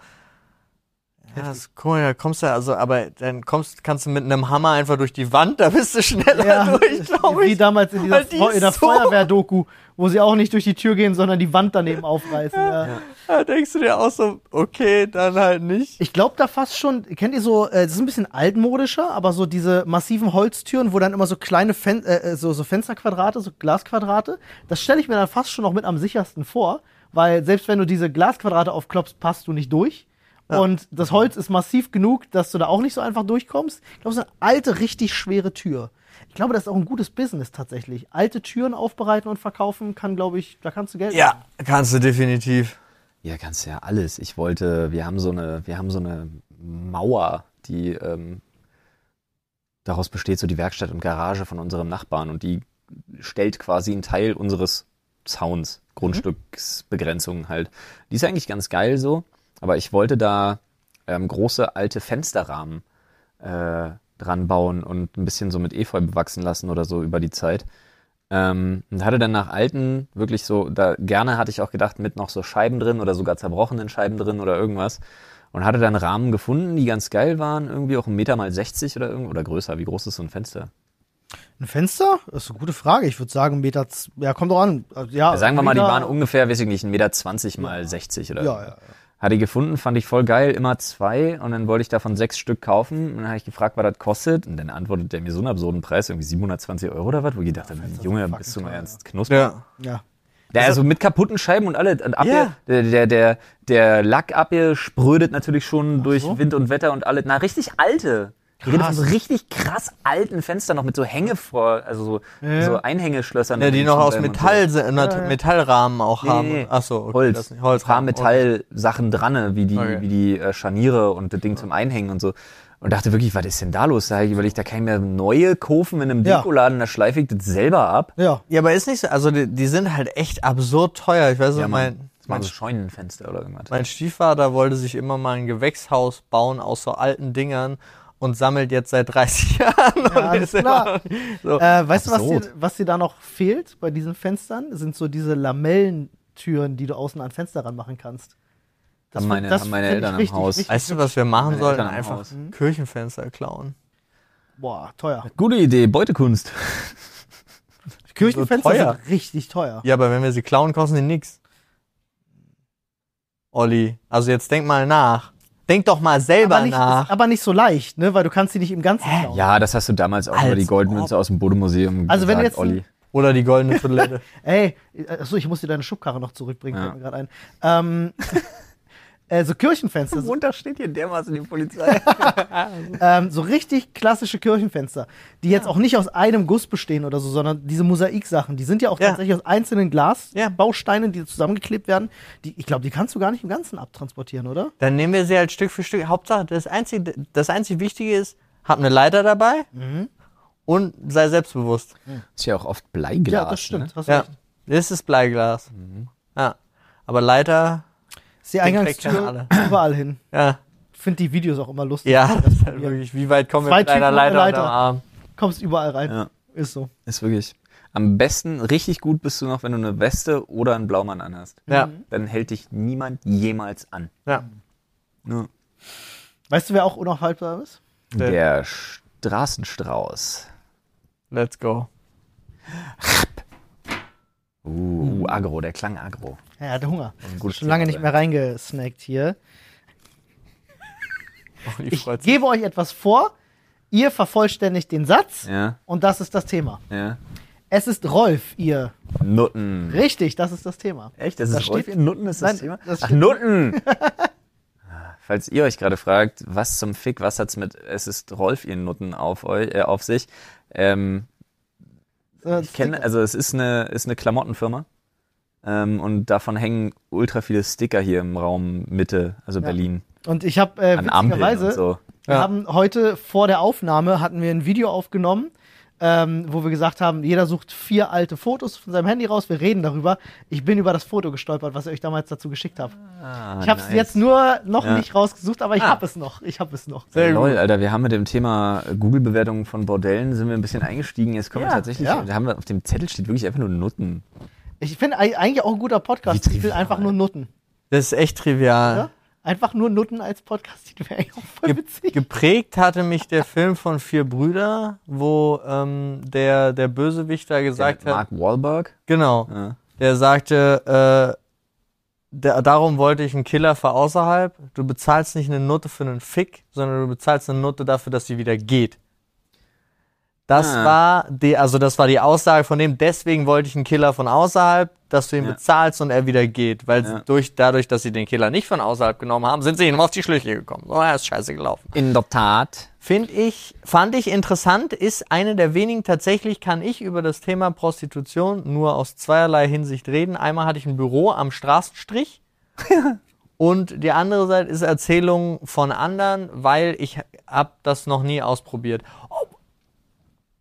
ja, das ist cool, da kommst du also, aber dann kommst, kannst du mit einem Hammer einfach durch die Wand, da bist du schneller [laughs] durch, glaube
Wie
ich.
damals in dieser
Weil die
Feu- in der
ist so-
Feuerwehr-Doku, wo sie auch nicht durch die Tür gehen, sondern die Wand
[laughs]
daneben aufreißen. Ja.
Da denkst du dir auch so, okay, dann halt nicht.
Ich glaube da fast schon, kennt ihr so, äh, das ist ein bisschen altmodischer, aber so diese massiven Holztüren, wo dann immer so kleine Fen äh, äh, so, so Fensterquadrate, so Glasquadrate, das stelle ich mir dann fast schon noch mit am sichersten vor, weil selbst wenn du diese Glasquadrate aufklopfst, passt du nicht durch. Und das Holz ist massiv genug, dass du da auch nicht so einfach durchkommst. Ich glaube, so eine alte, richtig schwere Tür. Ich glaube, das ist auch ein gutes Business tatsächlich. Alte Türen aufbereiten und verkaufen kann, glaube ich, da kannst du Geld
Ja, kannst du definitiv.
Ja, ganz ja alles. Ich wollte, wir haben so eine, wir haben so eine Mauer, die ähm, daraus besteht, so die Werkstatt und Garage von unserem Nachbarn und die stellt quasi einen Teil unseres Zauns, Grundstücksbegrenzungen halt. Die ist eigentlich ganz geil so, aber ich wollte da ähm, große alte Fensterrahmen äh, dran bauen und ein bisschen so mit Efeu bewachsen lassen oder so über die Zeit. Ähm, und hatte dann nach alten, wirklich so, da gerne hatte ich auch gedacht, mit noch so Scheiben drin oder sogar zerbrochenen Scheiben drin oder irgendwas. Und hatte dann Rahmen gefunden, die ganz geil waren, irgendwie auch einen Meter mal 60 oder irgend oder größer. Wie groß ist so ein Fenster?
Ein Fenster? Das ist eine gute Frage. Ich würde sagen, Meter. z- Ja, kommt doch an. Also, Ja,
Sagen wir mal, die um.
Meter-
waren ungefähr, weiß ich nicht, 1,20 Meter 20 mal 60 oder
Ja, ja, ja.
Hatte ich gefunden, fand ich voll geil, immer zwei und dann wollte ich davon sechs Stück kaufen und dann habe ich gefragt, was das kostet und dann antwortet der mir so einen absurden Preis, irgendwie 720 Euro oder was, wo ich gedacht habe, Junge, bist du mal ernst knusprig.
Ja.
Ja.
Ja, also mit kaputten Scheiben und alle. Und abge,
Ja.
der, der, der, der Lack abgesprödet natürlich schon durch Wind und Wetter und alle. Na, richtig alte. Wir reden von so richtig krass alten Fenstern noch mit so Hänge vor, also so, so Einhängeschlössern.
Ja, die
und
noch aus
Schiebedämmen und
Metall, se- Meta- Metallrahmen auch
So.
haben.
Nee, nee.
Ach so, okay,
Holz.
das nicht-
Holz haben
Holzrahmen.
Metallsachen dran, ne, wie die,
Okay.
wie die äh, Scharniere und das Ding zum Einhängen und so. Und dachte wirklich, was ist denn da los? Da habe ich überlegt, da kann ich mir neue kaufen in einem
Ja.
Dekoladen, da schleife ich das selber ab.
[laughs]
Ja.
Ja, aber ist nicht so, also die, die sind halt echt absurd teuer. Ich weiß nicht, mein,
das
mein,
machen so Scheunenfenster oder irgendwas.
mein Stiefvater wollte sich immer mal ein Gewächshaus bauen aus so alten Dingern und sammelt jetzt seit 30 Jahren. und
alles
ist immer-
klar.
So.
Äh, weißt du, was
Absurd.
dir, was dir da noch fehlt bei diesen Fenstern? Sind so diese Lamellentüren, die du außen an Fenster ranmachen kannst.
Haben
Das find-
meine-
das
haben meine
find ich
Eltern im
richtig,
Haus.
Richtig,
Weißt du, was wir machen
Meine
sollten?
Eltern im
Einfach
Haus. Hm?
Kirchenfenster klauen.
boah, teuer.
Gute Idee, Beutekunst.
Kirchenfenster
teuer.
sind richtig teuer.
Ja, aber wenn wir sie klauen, kosten die nix. Olli, also jetzt denk mal nach. Denk doch mal selber
aber, nicht, ist
nach.
aber nicht so leicht, ne? Weil du kannst sie nicht im Ganzen klauen.
Ja, das hast du damals auch
Als
über die Goldmünze aus dem Bodemuseum
Also wenn
gesagt,
du jetzt-
Olli.
Oder die goldene Toilette.
Ey, achso, ich muss dir deine Schubkarre noch zurückbringen,
Ja.
fällt mir gerade ein. Ähm, [laughs] äh, so
[laughs]
Kirchenfenster, so,
Runter steht hier dermaßen die
[laughs]
Polizei.
ähm, so richtig klassische Kirchenfenster, die jetzt auch nicht aus einem Guss bestehen oder so, sondern diese Mosaiksachen, die sind ja auch
Ja.
tatsächlich aus einzelnen
Ja.
Glasbausteinen, die zusammengeklebt werden. Die, ich glaube, die kannst du gar nicht im Ganzen abtransportieren, oder?
[laughs] Dann nehmen wir sie halt Stück für Stück. Hauptsache, das einzige, das einzige Wichtige ist, hab eine Leiter dabei
Mhm.
und sei selbstbewusst.
Ist ja auch oft Bleiglas.
ja, das stimmt.
Ne?
Hast
Ja,
recht.
das ist Bleiglas.
Mhm.
Ja, aber Leiter,
Ist die
Den kriegt
Eingangstür
keiner
überall hin.
ja,
Find die Videos auch immer lustig.
ja, [laughs] das ist halt wirklich, wie weit kommen wir
Zwei
mit einer
Typen und eine
Leiter,
Leiter.
unterm Arm?
Kommst überall rein.
Ja.
Ist so.
Ist wirklich. Am besten, richtig gut bist du noch, wenn du eine Weste oder einen Blaumann anhast.
Ja,
Dann hält dich niemand jemals an.
ja.
Mhm.
Ne?
Weißt du, wer auch unaufhaltbar ist?
Der-
Der Straßenstrauß.
Let's go.
Uh, uh, Agro, der klang Agro.
Ja, er hatte Hunger.
gutes
Schon lange
Thema
nicht
sein.
mehr reingesnackt hier.
Olli
Ich
Oh, freut sich.
gebe euch etwas vor, ihr vervollständigt den Satz
Ja,
und das ist das Thema.
ja.
Es ist Rolf, ihr.
Nutten.
Richtig, das ist das Thema.
Echt? Das
Da
ist
steht-
Rolf? Nutten ist das
Nein,
Thema?
das
Ach,
steht-
Nutten! Falls ihr euch gerade fragt, was zum Fick, was hat's mit Es ist Rolf ihr Nutten auf euch, äh, auf sich? Ähm,
Äh,
ich kenne, also es ist eine, ist eine Klamottenfirma. Ähm, und davon hängen ultra viele Sticker hier im Raum Mitte, also Berlin,
Und ich habe äh,
an Ampeln
witzigerweise,
und so.
wir
Ja.
haben heute vor der Aufnahme, hatten wir ein Video aufgenommen, ähm, wo wir gesagt haben, jeder sucht vier alte Fotos von seinem Handy raus, wir reden darüber. Ich bin über das Foto gestolpert, was ihr euch damals dazu geschickt habt.
Ah,
ich habe es
nice.
jetzt nur noch
Ja.
nicht rausgesucht, aber ich
Ah.
habe es noch. Ich habe es noch.
Sehr
Lol,
gut.
Alter, wir haben mit dem Thema Google-Bewertungen von Bordellen sind wir ein bisschen eingestiegen. Jetzt kommen wir
Ja,
tatsächlich,
ja.
da haben wir auf dem Zettel steht wirklich einfach nur Nutten.
Ich finde ei- eigentlich auch ein guter Podcast.
Wie
Ich will
trivial.
einfach nur Nutten.
Das ist echt trivial.
Ja? Einfach nur Nutten als Podcast, die wäre eigentlich auch voll witzig.
Geprägt hatte mich der Film von Vier Brüder, wo ähm, der, der Bösewicht da gesagt hat,
Mark Wahlberg.
genau,
Ja.
der sagte, äh, da, darum wollte ich einen Killer für außerhalb. Du bezahlst nicht eine Note für einen Fick, sondern du bezahlst eine Note dafür, dass sie wieder geht. Das
Ah.
war die, also das war die Aussage von dem, deswegen wollte ich einen Killer von außerhalb, dass du ihn
Ja.
bezahlst und er wieder geht. Weil
Ja.
durch, dadurch, dass sie den Killer nicht von außerhalb genommen haben, sind sie ihm auf die Schliche gekommen. Oh, er ist scheiße gelaufen.
In der Tat.
Find ich, fand ich interessant, ist eine der wenigen, tatsächlich kann ich über
[laughs]
das Thema Prostitution nur aus zweierlei Hinsicht reden. Einmal hatte ich ein Büro am Straßenstrich Und die andere Seite ist Erzählung von anderen, weil ich habe das noch nie ausprobiert. Ob-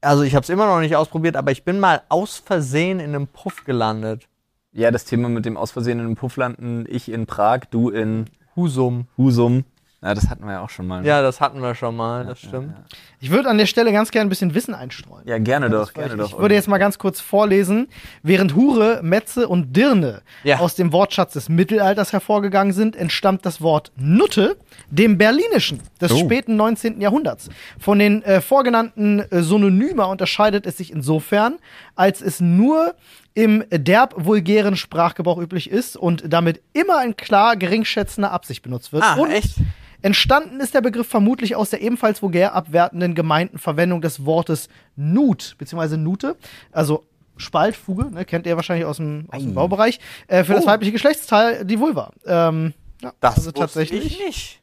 Also ich habe es immer noch nicht ausprobiert, aber ich bin mal aus Versehen in einem Puff gelandet.
Ja, das Thema mit dem aus Versehen in den Puff landen, ich in Prag, du in
Husum.
Husum. Ja, das hatten wir ja auch schon mal. ne?
Ja, das hatten wir schon mal, das stimmt.
Ich würde an der Stelle ganz gerne ein bisschen Wissen einstreuen.
ja gerne doch,
Ich,
gerne doch.
ich würde jetzt mal ganz kurz vorlesen, während Hure, Metze und Dirne
Ja.
aus dem Wortschatz des Mittelalters hervorgegangen sind, entstammt das Wort Nutte dem Berlinischen des
Oh.
späten 19. Jahrhunderts. Von den äh, vorgenannten äh, Synonyma unterscheidet es sich insofern, als es nur im derb vulgären Sprachgebrauch üblich ist und damit immer in klar geringschätzender Absicht benutzt wird.
Ah,
und
echt?
Entstanden ist der Begriff vermutlich aus der ebenfalls vulgär abwertenden gemeinten Verwendung des Wortes Nut, beziehungsweise Nute, also Spaltfuge, ne, kennt ihr wahrscheinlich aus dem, aus dem Baubereich, äh, für das
Oh.
weibliche Geschlechtsteil, die Vulva. Ähm, ja,
Das
also
wusste
tatsächlich.
ich nicht.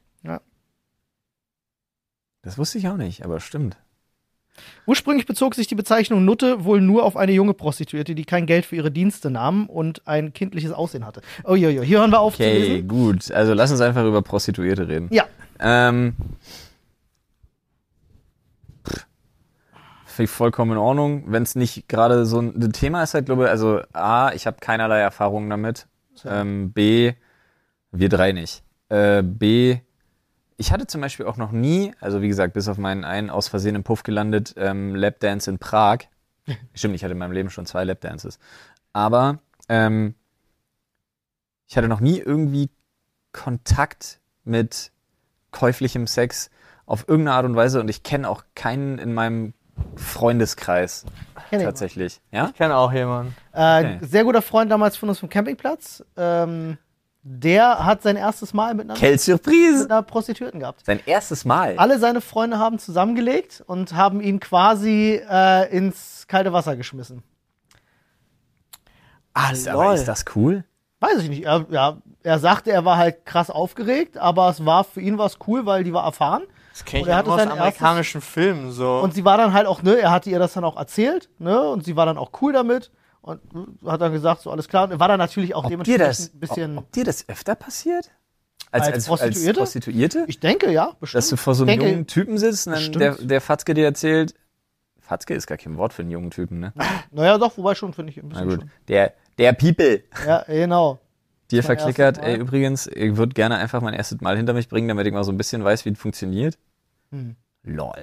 das wusste ich auch nicht, aber stimmt.
Ursprünglich bezog sich die Bezeichnung Nutte wohl nur auf eine junge Prostituierte, die kein Geld für ihre Dienste nahm und ein kindliches Aussehen hatte. Oh, jo, jo. hier hören wir auf zu
Okay,
lesen.
gut. Also lass uns einfach über Prostituierte reden.
Ja,
Ähm, pff, finde ich vollkommen in Ordnung. Wenn es nicht gerade so ein Thema ist, halt, glaube ich, also A, ich habe keinerlei Erfahrungen damit. Ähm, B, wir drei nicht. Äh, B, ich hatte zum Beispiel auch noch nie, also wie gesagt, bis auf meinen einen aus Versehen im Puff gelandet, ähm, Lapdance in Prag. Stimmt, ich hatte in meinem Leben schon zwei Lapdances. Aber ähm, ich hatte noch nie irgendwie Kontakt mit käuflichem Sex auf irgendeine Art und Weise und ich kenne auch keinen in meinem Freundeskreis
kenne ich.
tatsächlich. Ja?
Ich kenne auch jemanden.
Äh,
Okay.
Sehr guter Freund damals von uns vom Campingplatz. Ähm, der hat sein erstes Mal mit einer
Quelle
mit
Surprise!
einer Prostituierten gehabt.
Sein erstes Mal.
Alle seine Freunde haben zusammengelegt und haben ihn quasi äh, ins kalte Wasser geschmissen.
Ah,
Ist, aber ist das cool?
Weiß ich nicht. Er, ja, er sagte, er war halt krass aufgeregt, aber es war für ihn was cool, weil die war erfahren.
Das kenne
Und
ich
er
auch
hatte
aus
sein erstes-
amerikanischen Filmen so.
Und sie war dann halt auch, ne, er hatte ihr das dann auch erzählt, ne, und sie war dann auch cool damit und hm, hat dann gesagt, so alles klar. Und er war dann natürlich auch
Ob dir,
dementsprechend
das,
ein bisschen.
ob, ob dir das öfter passiert? Als,
Als
als, als
Prostituierte?
Prostituierte?
ich denke, ja, bestimmt.
Dass du vor so
Ich
einem
denke-
jungen Typen sitzt und dann
Bestimmt.
der, der Fatzke dir erzählt, Fatzke ist gar kein Wort für einen jungen Typen, ne?
Naja, doch, wobei schon, finde ich ein
Na
bisschen.
gut. Der, der People.
Schon. Ja, genau.
Dir
mein
verklickert,
erstes Mal.
ey, übrigens, ich würde gerne einfach mein erstes Mal hinter mich bringen, damit ich mal so ein bisschen weiß, wie es funktioniert.
Hm.
Lol.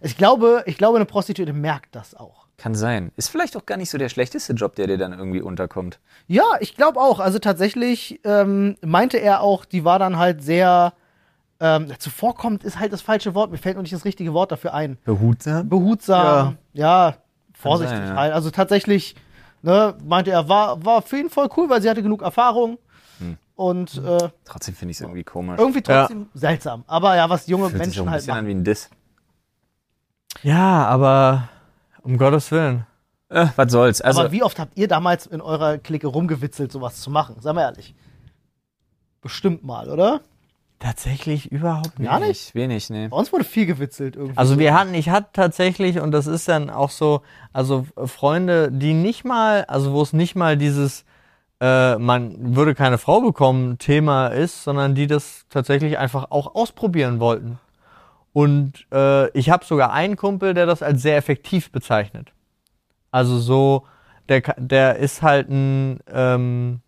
Ich glaube, ich glaube, eine Prostituierte merkt das auch.
Kann sein. Ist vielleicht auch gar nicht so der schlechteste Job, der dir dann irgendwie unterkommt.
Ja, ich glaube auch. Also tatsächlich ähm, meinte er auch, die war dann halt sehr ähm, zuvorkommend ist halt das falsche Wort. Mir fällt noch nicht das richtige Wort dafür ein.
Behutsam?
Behutsam, ja, vorsichtig
sein, ja.
halt. Also tatsächlich ne, meinte er, war, war für ihn voll cool, weil sie hatte genug Erfahrung.
Hm.
Und äh,
Trotzdem finde ich es irgendwie komisch.
irgendwie trotzdem seltsam. Aber ja, was junge
Fühlt sich auch
Oh, Menschen
ein
halt
bisschen an
machen.
wie ein Diss.
ja, aber um Gottes Willen.
Äh, was soll's. Also,
Aber wie oft habt ihr damals in eurer Clique rumgewitzelt, sowas zu machen? Seien wir ehrlich. Bestimmt mal, oder?
Tatsächlich überhaupt nicht.
Gar nicht? Oh,
Wenig, nee.
Bei uns wurde viel gewitzelt irgendwie.
Also wir hatten, ich hatte tatsächlich, und das ist dann auch so, also äh, Freunde, die nicht mal, also wo es nicht mal dieses, äh, man würde keine Frau bekommen, Thema ist, sondern die das tatsächlich einfach auch ausprobieren wollten. Und äh, ich habe sogar einen Kumpel, der das als sehr effektiv bezeichnet. Also so, der, ka- der ist halt ein, ähm,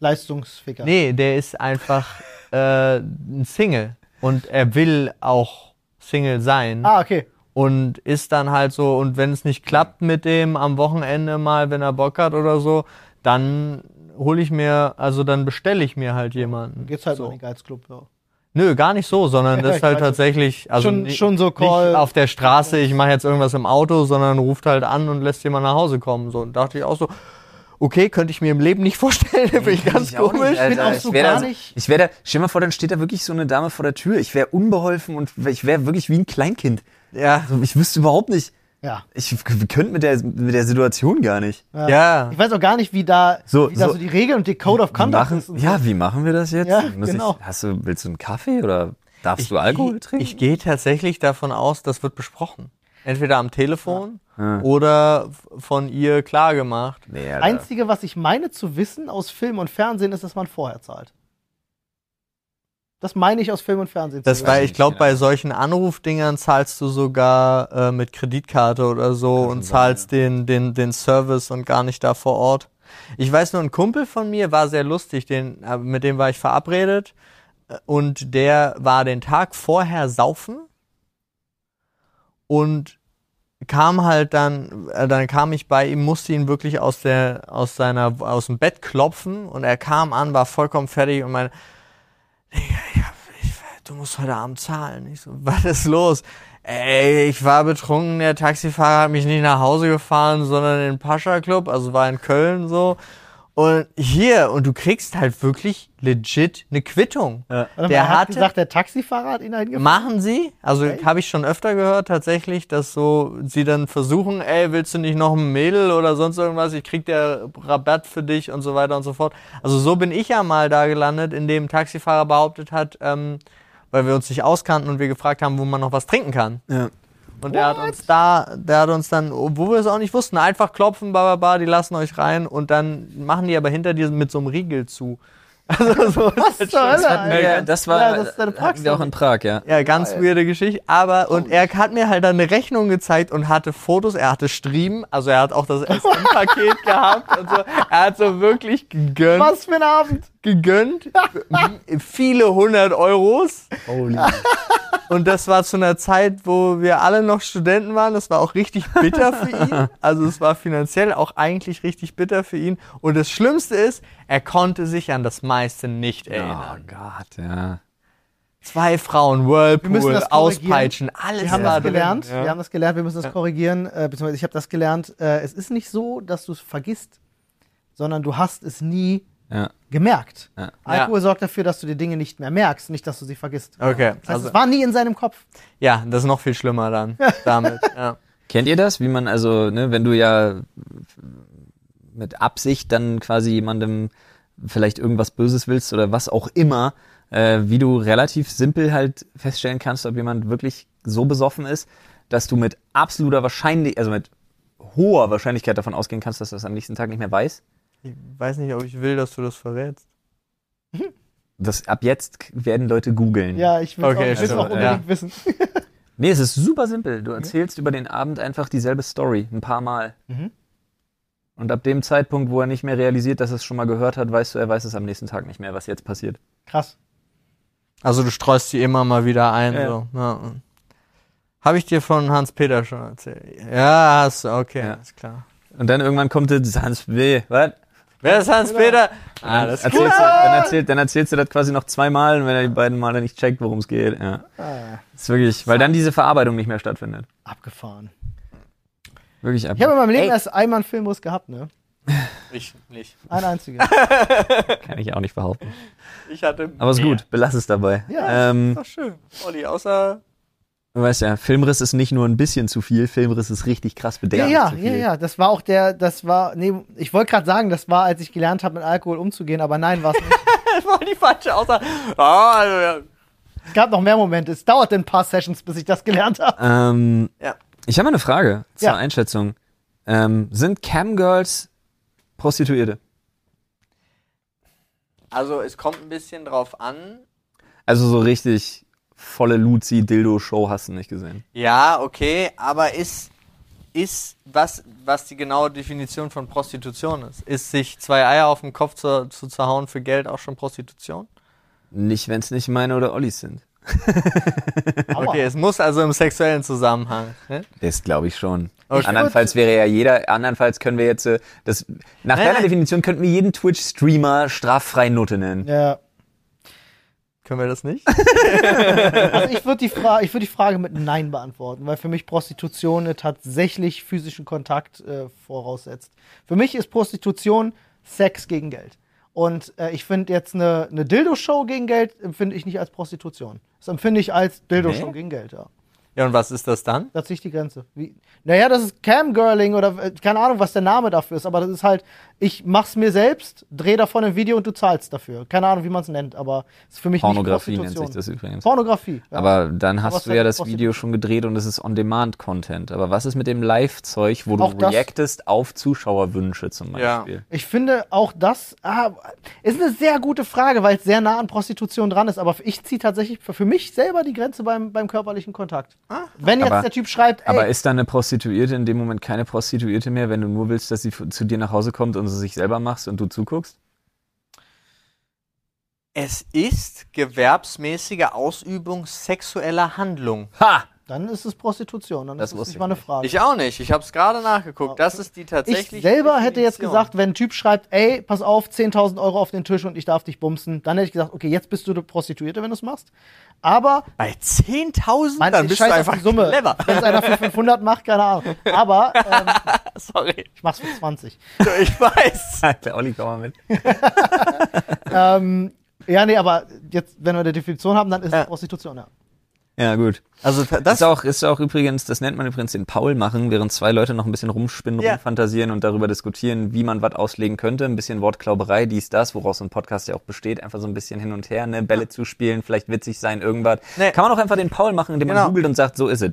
Leistungsficker.
Nee, der ist einfach äh, ein Single und er will auch Single sein
Ah, okay.
und ist dann halt so und wenn es nicht klappt mit dem am Wochenende mal, wenn er Bock hat oder so, dann hole ich mir, also dann bestelle ich mir halt jemanden.
Geht's halt
so.
noch nicht als Club, ja.
Nö, gar nicht so, sondern das
ich
ist halt
weiß es.
tatsächlich, also
Schon-
ni-
schon so Call-
nicht auf der Straße, ich mache jetzt irgendwas im Auto, sondern ruft halt an und lässt jemand nach Hause kommen. So, und dachte ich auch so, okay, könnte ich mir im Leben nicht vorstellen, [laughs] finde ich ganz
Ich auch
komisch.
nicht,
bin
Alter.
auch so
ich wär da,
gar nicht-
Ich wäre da, stell mal vor, dann steht da wirklich so eine Dame vor der Tür. Ich wäre unbeholfen und ich wäre wirklich wie ein Kleinkind.
Ja.
Also, ich wüsste überhaupt nicht,
Ja.
ich könnte mit der, mit der Situation gar nicht.
Ja.
Ich weiß auch gar nicht, wie da
So-
wie da so,
so-
die Regeln und die Code of
Wie
Conduct
machen,
ist. und
ja, wie machen wir das jetzt?
Ja,
Muss
genau.
ich, hast du, willst du einen Kaffee oder darfst du Alkohol
Ich-
trinken?
Ich gehe tatsächlich davon aus, das wird besprochen. Entweder am Telefon
Oh.
oder f- von ihr klargemacht.
Ah. nee,
so.
Alter.
Einzige, was ich meine zu wissen aus Film und Fernsehen, ist, dass man vorher zahlt. Das meine ich aus Film und Fernsehen.
Das
zu
war,
wissen.
ich glaube, bei solchen Anrufdingern zahlst du sogar äh, mit Kreditkarte oder so und zahlst den, den, den Service und gar nicht da vor Ort. Ich weiß nur, ein Kumpel von mir war sehr lustig, den, äh, mit dem war ich verabredet äh, und der war den Tag vorher saufen und kam halt dann, äh, dann kam ich bei ihm, musste ihn wirklich aus der, aus seiner, aus dem Bett klopfen und er kam an, war vollkommen fertig und meinte, Digga, ich hab, ich, du musst heute Abend zahlen. Ich so, was ist los? Ey, ich war betrunken, der Taxifahrer hat mich nicht nach Hause gefahren, sondern in den Pascha Club, also war in Köln so. Und hier, und du kriegst halt wirklich legit eine Quittung.
Warte mal,
Der
er hat
hatte-
gesagt, der Taxifahrer hat ihn dahin gefahren.
Machen sie? Also habe ich schon öfter gehört tatsächlich, dass so sie dann versuchen, ey, willst du nicht noch ein Mädel oder sonst irgendwas? Ich krieg der Rabatt für dich und so weiter und so fort. Also so bin ich ja mal da gelandet, indem ein Taxifahrer behauptet hat, ähm, weil wir uns nicht auskannten und wir gefragt haben, wo man noch was trinken kann.
Ja.
Und der hat uns da, der hat uns dann, wo wir es auch nicht wussten, einfach klopfen, bababa, die lassen euch rein und dann machen die aber hinter dir mit so einem Riegel zu. Also so
Was zur Hölle, Alter?
Ja, das war
Ja, das ist deine
hatten wir auch in Prag, ja.
Ja, ganz weirde Geschichte. Aber, und er hat mir halt dann eine Rechnung gezeigt und hatte Fotos, er hatte Striemen, also er hat auch
[laughs]
das SM-Paket gehabt und so. Er hat so wirklich gegönnt,
Was für ein Abend.
gegönnt, viele hundert Euros.
Ah.
Und das war zu einer Zeit, wo wir alle noch Studenten waren. Das war auch richtig bitter für ihn. Also es war finanziell auch eigentlich richtig bitter für ihn. Und das Schlimmste ist, er konnte sich an das meiste nicht erinnern.
Oh Gott, ja.
Zwei Frauen,
Wir müssen
Whirlpool,
das korrigieren.
Auspeitschen, alles
Wir haben
war
das
drin.
gelernt.
Ja.
Wir haben das gelernt. Wir müssen das korrigieren. Äh, beziehungsweise ich habe das gelernt. Äh, es ist nicht so, dass du es vergisst, sondern du hast es nie
ja.
gemerkt.
Ja.
Alkohol sorgt dafür, dass du die Dinge nicht mehr merkst, nicht, dass du sie vergisst.
Okay,
Das heißt,
also
es war nie in seinem Kopf.
ja, das ist noch viel schlimmer dann damit. Ja.
Kennt ihr das? Wie man also, ne, wenn du ja mit Absicht dann quasi jemandem vielleicht irgendwas Böses willst oder was auch immer, äh, wie du relativ simpel halt feststellen kannst, ob jemand wirklich so besoffen ist, dass du mit absoluter Wahrscheinlichkeit, also mit hoher Wahrscheinlichkeit davon ausgehen kannst, dass du das am nächsten Tag nicht mehr weißt.
Ich weiß nicht, ob ich will, dass du das verrätst.
Das, ab jetzt k- werden Leute googeln.
Ja, ich will
Okay,
es auch, ich will's
stimmt,
auch unbedingt
ja.
wissen.
Nee, es ist super simpel. Du erzählst über den Abend einfach dieselbe Story ein paar Mal.
Mhm.
Und ab dem Zeitpunkt, wo er nicht mehr realisiert, dass er es schon mal gehört hat, weißt du, er weiß es am nächsten Tag nicht mehr, was jetzt passiert.
[laughs] Krass.
Also du streust sie immer mal wieder ein.
Ja.
So. Ja. Habe ich dir von Hans-Peter schon erzählt? Ja, hast du, okay,
Ja.
alles klar.
Und dann irgendwann kommt der Hans W. Was?
Wer ist Ah, Hans-Peter? Alles
erzählst du, dann, erzähl, dann erzählst du das quasi noch zweimal und wenn er die beiden Male nicht checkt, worum es geht. Ja.
Ah,
Ist wirklich, weil dann diese Verarbeitung nicht mehr stattfindet.
abgefahren.
Wirklich ab.
Ich habe in meinem Leben
Ey.
erst einmal einen Filmriss gehabt, ne?
Ich nicht.
Ein [laughs] einziger.
Kann ich auch nicht behaupten.
Ich hatte.
Aber ist gut, belass es dabei.
Ja.
Ähm,
schön. Olli, außer. [laughs]
du weißt ja, Filmriss ist nicht nur ein bisschen zu viel, Filmriss ist richtig krass
Ja,
bederlich.
ja,
zu
ja,
viel.
ja. Das war auch der, das war, nee, ich wollte gerade sagen, das war, als ich gelernt habe, mit Alkohol umzugehen, aber nein, war es nicht.
Das war die falsche Aussage. Ah, also, ja.
es gab noch mehr Momente. Es dauerte ein paar Sessions, bis ich das gelernt habe.
Ähm,
Ja.
Ich habe eine Frage zur
Ja.
Einschätzung. Ähm, sind Camgirls Prostituierte?
also es kommt ein bisschen drauf an,
Also so richtig volle Luzi-Dildo-Show hast du nicht gesehen.
Ja, okay, aber ist, ist was, was die genaue Definition von Prostitution ist? Ist sich zwei Eier auf den Kopf zu, zu zerhauen für Geld auch schon Prostitution?
Nicht, wenn es nicht meine oder Ollis sind.
Aua.
Okay, es muss also im sexuellen Zusammenhang. Ne?
Das glaube ich schon.
Okay.
Andernfalls wäre ja jeder, andernfalls können wir jetzt, äh, das, nach
Nein,
deiner
nein.
Definition könnten wir jeden Twitch-Streamer straffrei Nutte nennen.
Ja.
Können wir das nicht?
[laughs] Also ich würde die, Fra ich würd die Frage mit Nein beantworten, weil für mich Prostitution äh, tatsächlich physischen Kontakt äh, voraussetzt. Für mich ist Prostitution Sex gegen Geld. Und äh, ich finde jetzt eine, eine Dildo-Show gegen Geld empfinde ich nicht als Prostitution. Das empfinde ich als Dildo-Show
Nee?
gegen Geld, ja.
Ja, und was ist das dann?
Das ist nicht die Grenze. Wie? Naja, das ist Camgirling oder äh, keine Ahnung, was der Name dafür ist, aber das ist halt, ich mach's mir selbst, dreh davon ein Video und du zahlst dafür. Keine Ahnung, wie man es nennt, aber ist für mich
Pornografie
nicht
nennt sich
Prostitution.
das übrigens.
Pornografie. ja.
Aber dann
Aber es
hast du
ist
ja
halt
das
Prostitution.
Video schon gedreht und es ist On-Demand-Content. Aber was ist mit dem Live-Zeug, wo
Auch
du
das-
reactest auf Zuschauerwünsche zum
Ja.
Beispiel?
Ich finde auch das ah, ist eine sehr gute Frage, weil es sehr nah an Prostitution dran ist. Aber ich ziehe tatsächlich für- für mich selber die Grenze beim, beim körperlichen Kontakt.
Ah.
Wenn jetzt
Aber-
der Typ schreibt, ey,
Aber ist dann eine Prostituierte in dem Moment keine Prostituierte mehr, wenn du nur willst, dass sie f- zu dir nach Hause kommt und sie sich selber machst und du zuguckst?
Es ist gewerbsmäßige Ausübung sexueller Handlung.
Ha!
dann ist es Prostitution. Dann
Das
ist es
wusste
nicht mal
ich
eine
nicht.
Frage.
Ich auch nicht. Ich habe es gerade nachgeguckt. Das ist die
Ich
tatsächliche.
selber hätte jetzt
Definition.
gesagt, wenn ein Typ schreibt, ey, pass auf, 10.000 Euro auf den Tisch und ich darf dich bumsen, dann hätte ich gesagt, okay, jetzt bist du eine Prostituierte, wenn du es machst. Aber
bei 10.000,
mein,
dann
ich
bist du
scheiß auf
einfach
die Summe.
clever. [laughs]
Wenn es einer für 500 macht, keine Ahnung. Aber ähm,
Sorry,
ich mach's für 20.
ich weiß.
Der Olli, komm mal mit.
Ähm, ja, nee, aber jetzt, wenn wir eine Definition haben, dann ist es Prostitution, ja.
Ja, gut.
Also
Das ist auch, ist auch übrigens, das nennt man übrigens den Paul machen, während zwei Leute noch ein bisschen rumspinnen,
Ja.
rumfantasieren und darüber diskutieren, wie man was auslegen könnte. Ein bisschen Wortklauberei, dies, das, woraus so ein Podcast ja auch besteht. Einfach so ein bisschen hin und her, ne? Bälle zuspielen, vielleicht witzig sein, irgendwas.
Nee.
Kann man auch einfach den Paul machen, indem
Genau.
man googelt und sagt, so ist es.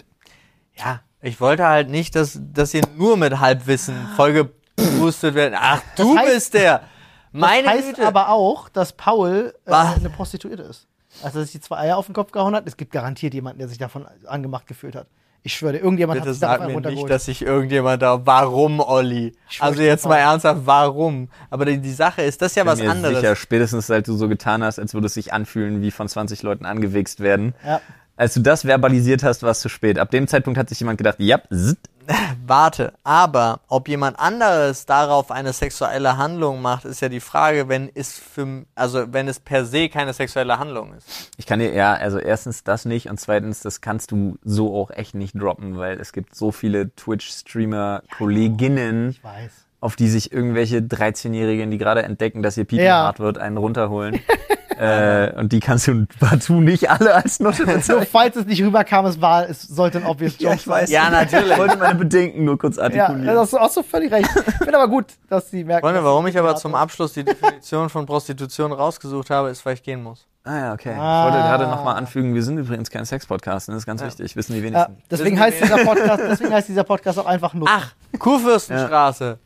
Ja, ich wollte halt nicht, dass, dass ihr nur mit Halbwissen vollgeboostet werdet. Ach, du
Ah. heißt-
bist der. Meine
heißt
Güte.
aber auch, dass Paul äh,
Was?
eine Prostituierte ist. Also, dass sich die zwei Eier auf den Kopf gehauen hat. Es gibt garantiert jemanden, der sich davon angemacht gefühlt hat. Ich schwöre, dir, irgendjemand hat
Bitte
sich da auf
sag
einen
mir nicht,
runtergeholt.
dass sich irgendjemand da. Warum, Olli?
schwör's
Also
dir,
jetzt mal
Paul.
ernsthaft, warum? Aber die, die Sache ist, das ist ja was
Mir ist
anderes.
sicher, spätestens seit du so getan hast, als würde es sich anfühlen, wie von 20 Leuten angewichst werden.
Ja.
Als du das verbalisiert hast, war es zu spät. Ab dem Zeitpunkt hat sich jemand gedacht, ja, zzt,
Warte, aber ob jemand anderes darauf eine sexuelle Handlung macht, ist ja die Frage, wenn es für, also wenn es per se keine sexuelle Handlung ist.
Ich kann dir, ja, also erstens das nicht und zweitens, das kannst du so auch echt nicht droppen, weil es gibt so viele Twitch-Streamer-Kolleginnen,
Ich
[laughs]
weiß.
auf die sich irgendwelche 13-Jährigen, die gerade entdecken, dass ihr Piepen
Ja.
hart wird, einen
[laughs]
runterholen. äh, und die kannst du partout nicht alle als Nutte
[laughs] So,
bezeichnen.
falls es nicht rüberkam, es war, es sollte ein obvious Joke sein.
[laughs] Ja, natürlich.
Ich wollte meine Bedenken nur kurz
Ja,
artikulieren.
das ist auch so völlig recht. Ich finde aber gut, dass sie merken.
Freunde,
dass-
warum ich aber zum Abschluss die Definition von Prostitution rausgesucht habe, ist, weil ich gehen muss.
ah ja, okay.
Ah.
Ich wollte gerade nochmal anfügen, wir sind übrigens kein Sex-Podcast, ne? das ist ganz wichtig, wissen die
Ja,
wenigsten.
deswegen,
Wissen
heißt
wir-
dieser Podcast, deswegen heißt dieser Podcast auch
[laughs]
einfach nur.
Ach, Kurfürstenstraße.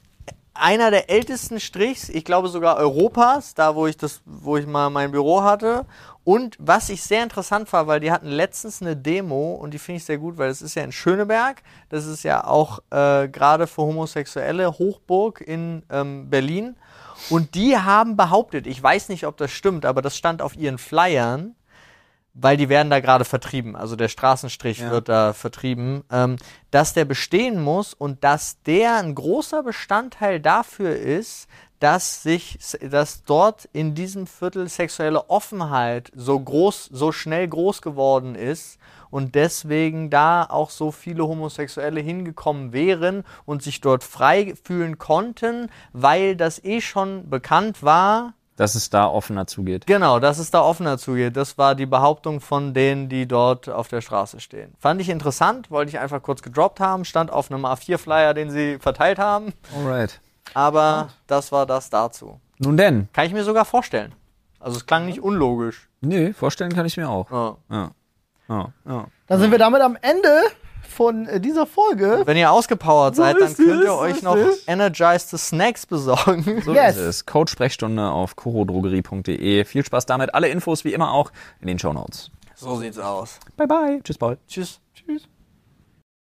Einer der ältesten Strichs, ich glaube sogar Europas, da wo ich das, wo ich mal mein Büro hatte. Und was ich sehr interessant war, weil die hatten letztens eine Demo und die finde ich sehr gut, weil es ist ja in Schöneberg, das ist ja auch äh, gerade für Homosexuelle Hochburg in ähm, Berlin. Und die haben behauptet, ich weiß nicht, ob das stimmt, aber das stand auf ihren Flyern, weil die werden da gerade vertrieben. Also der Straßenstrich wird da vertrieben, ähm, dass der bestehen muss und dass der ein großer Bestandteil dafür ist, dass sich, dass dort in diesem Viertel sexuelle Offenheit so groß, so schnell groß geworden ist und deswegen da auch so viele Homosexuelle hingekommen wären und sich dort frei fühlen konnten, weil das eh schon bekannt war,
Dass es da offener zugeht.
Genau, dass es da offener zugeht. Das war die Behauptung von denen, die dort auf der Straße stehen. Fand ich interessant, wollte ich einfach kurz gedroppt haben, stand auf einem A4-Flyer, den sie verteilt haben.
Alright. Ah.
Aber das war das dazu.
Nun denn.
Kann ich mir sogar vorstellen. Also es klang nicht unlogisch.
Nee, vorstellen kann ich mir auch.
Ja.
Ja. Ja. ja.
Dann sind wir damit am Ende von äh, dieser Folge.
Wenn ihr ausgepowert seid, dann
ist
könnt
es,
ihr
so
euch
ist
noch
es.
energized Snacks besorgen.
So
Yes.
ist es. Code-Sprechstunde auf chorodrogerie.de. Viel Spaß damit. Alle Infos wie immer auch in den Shownotes.
So sieht's aus.
Bye bye. Tschüss, Paul.
Tschüss. Tschüss.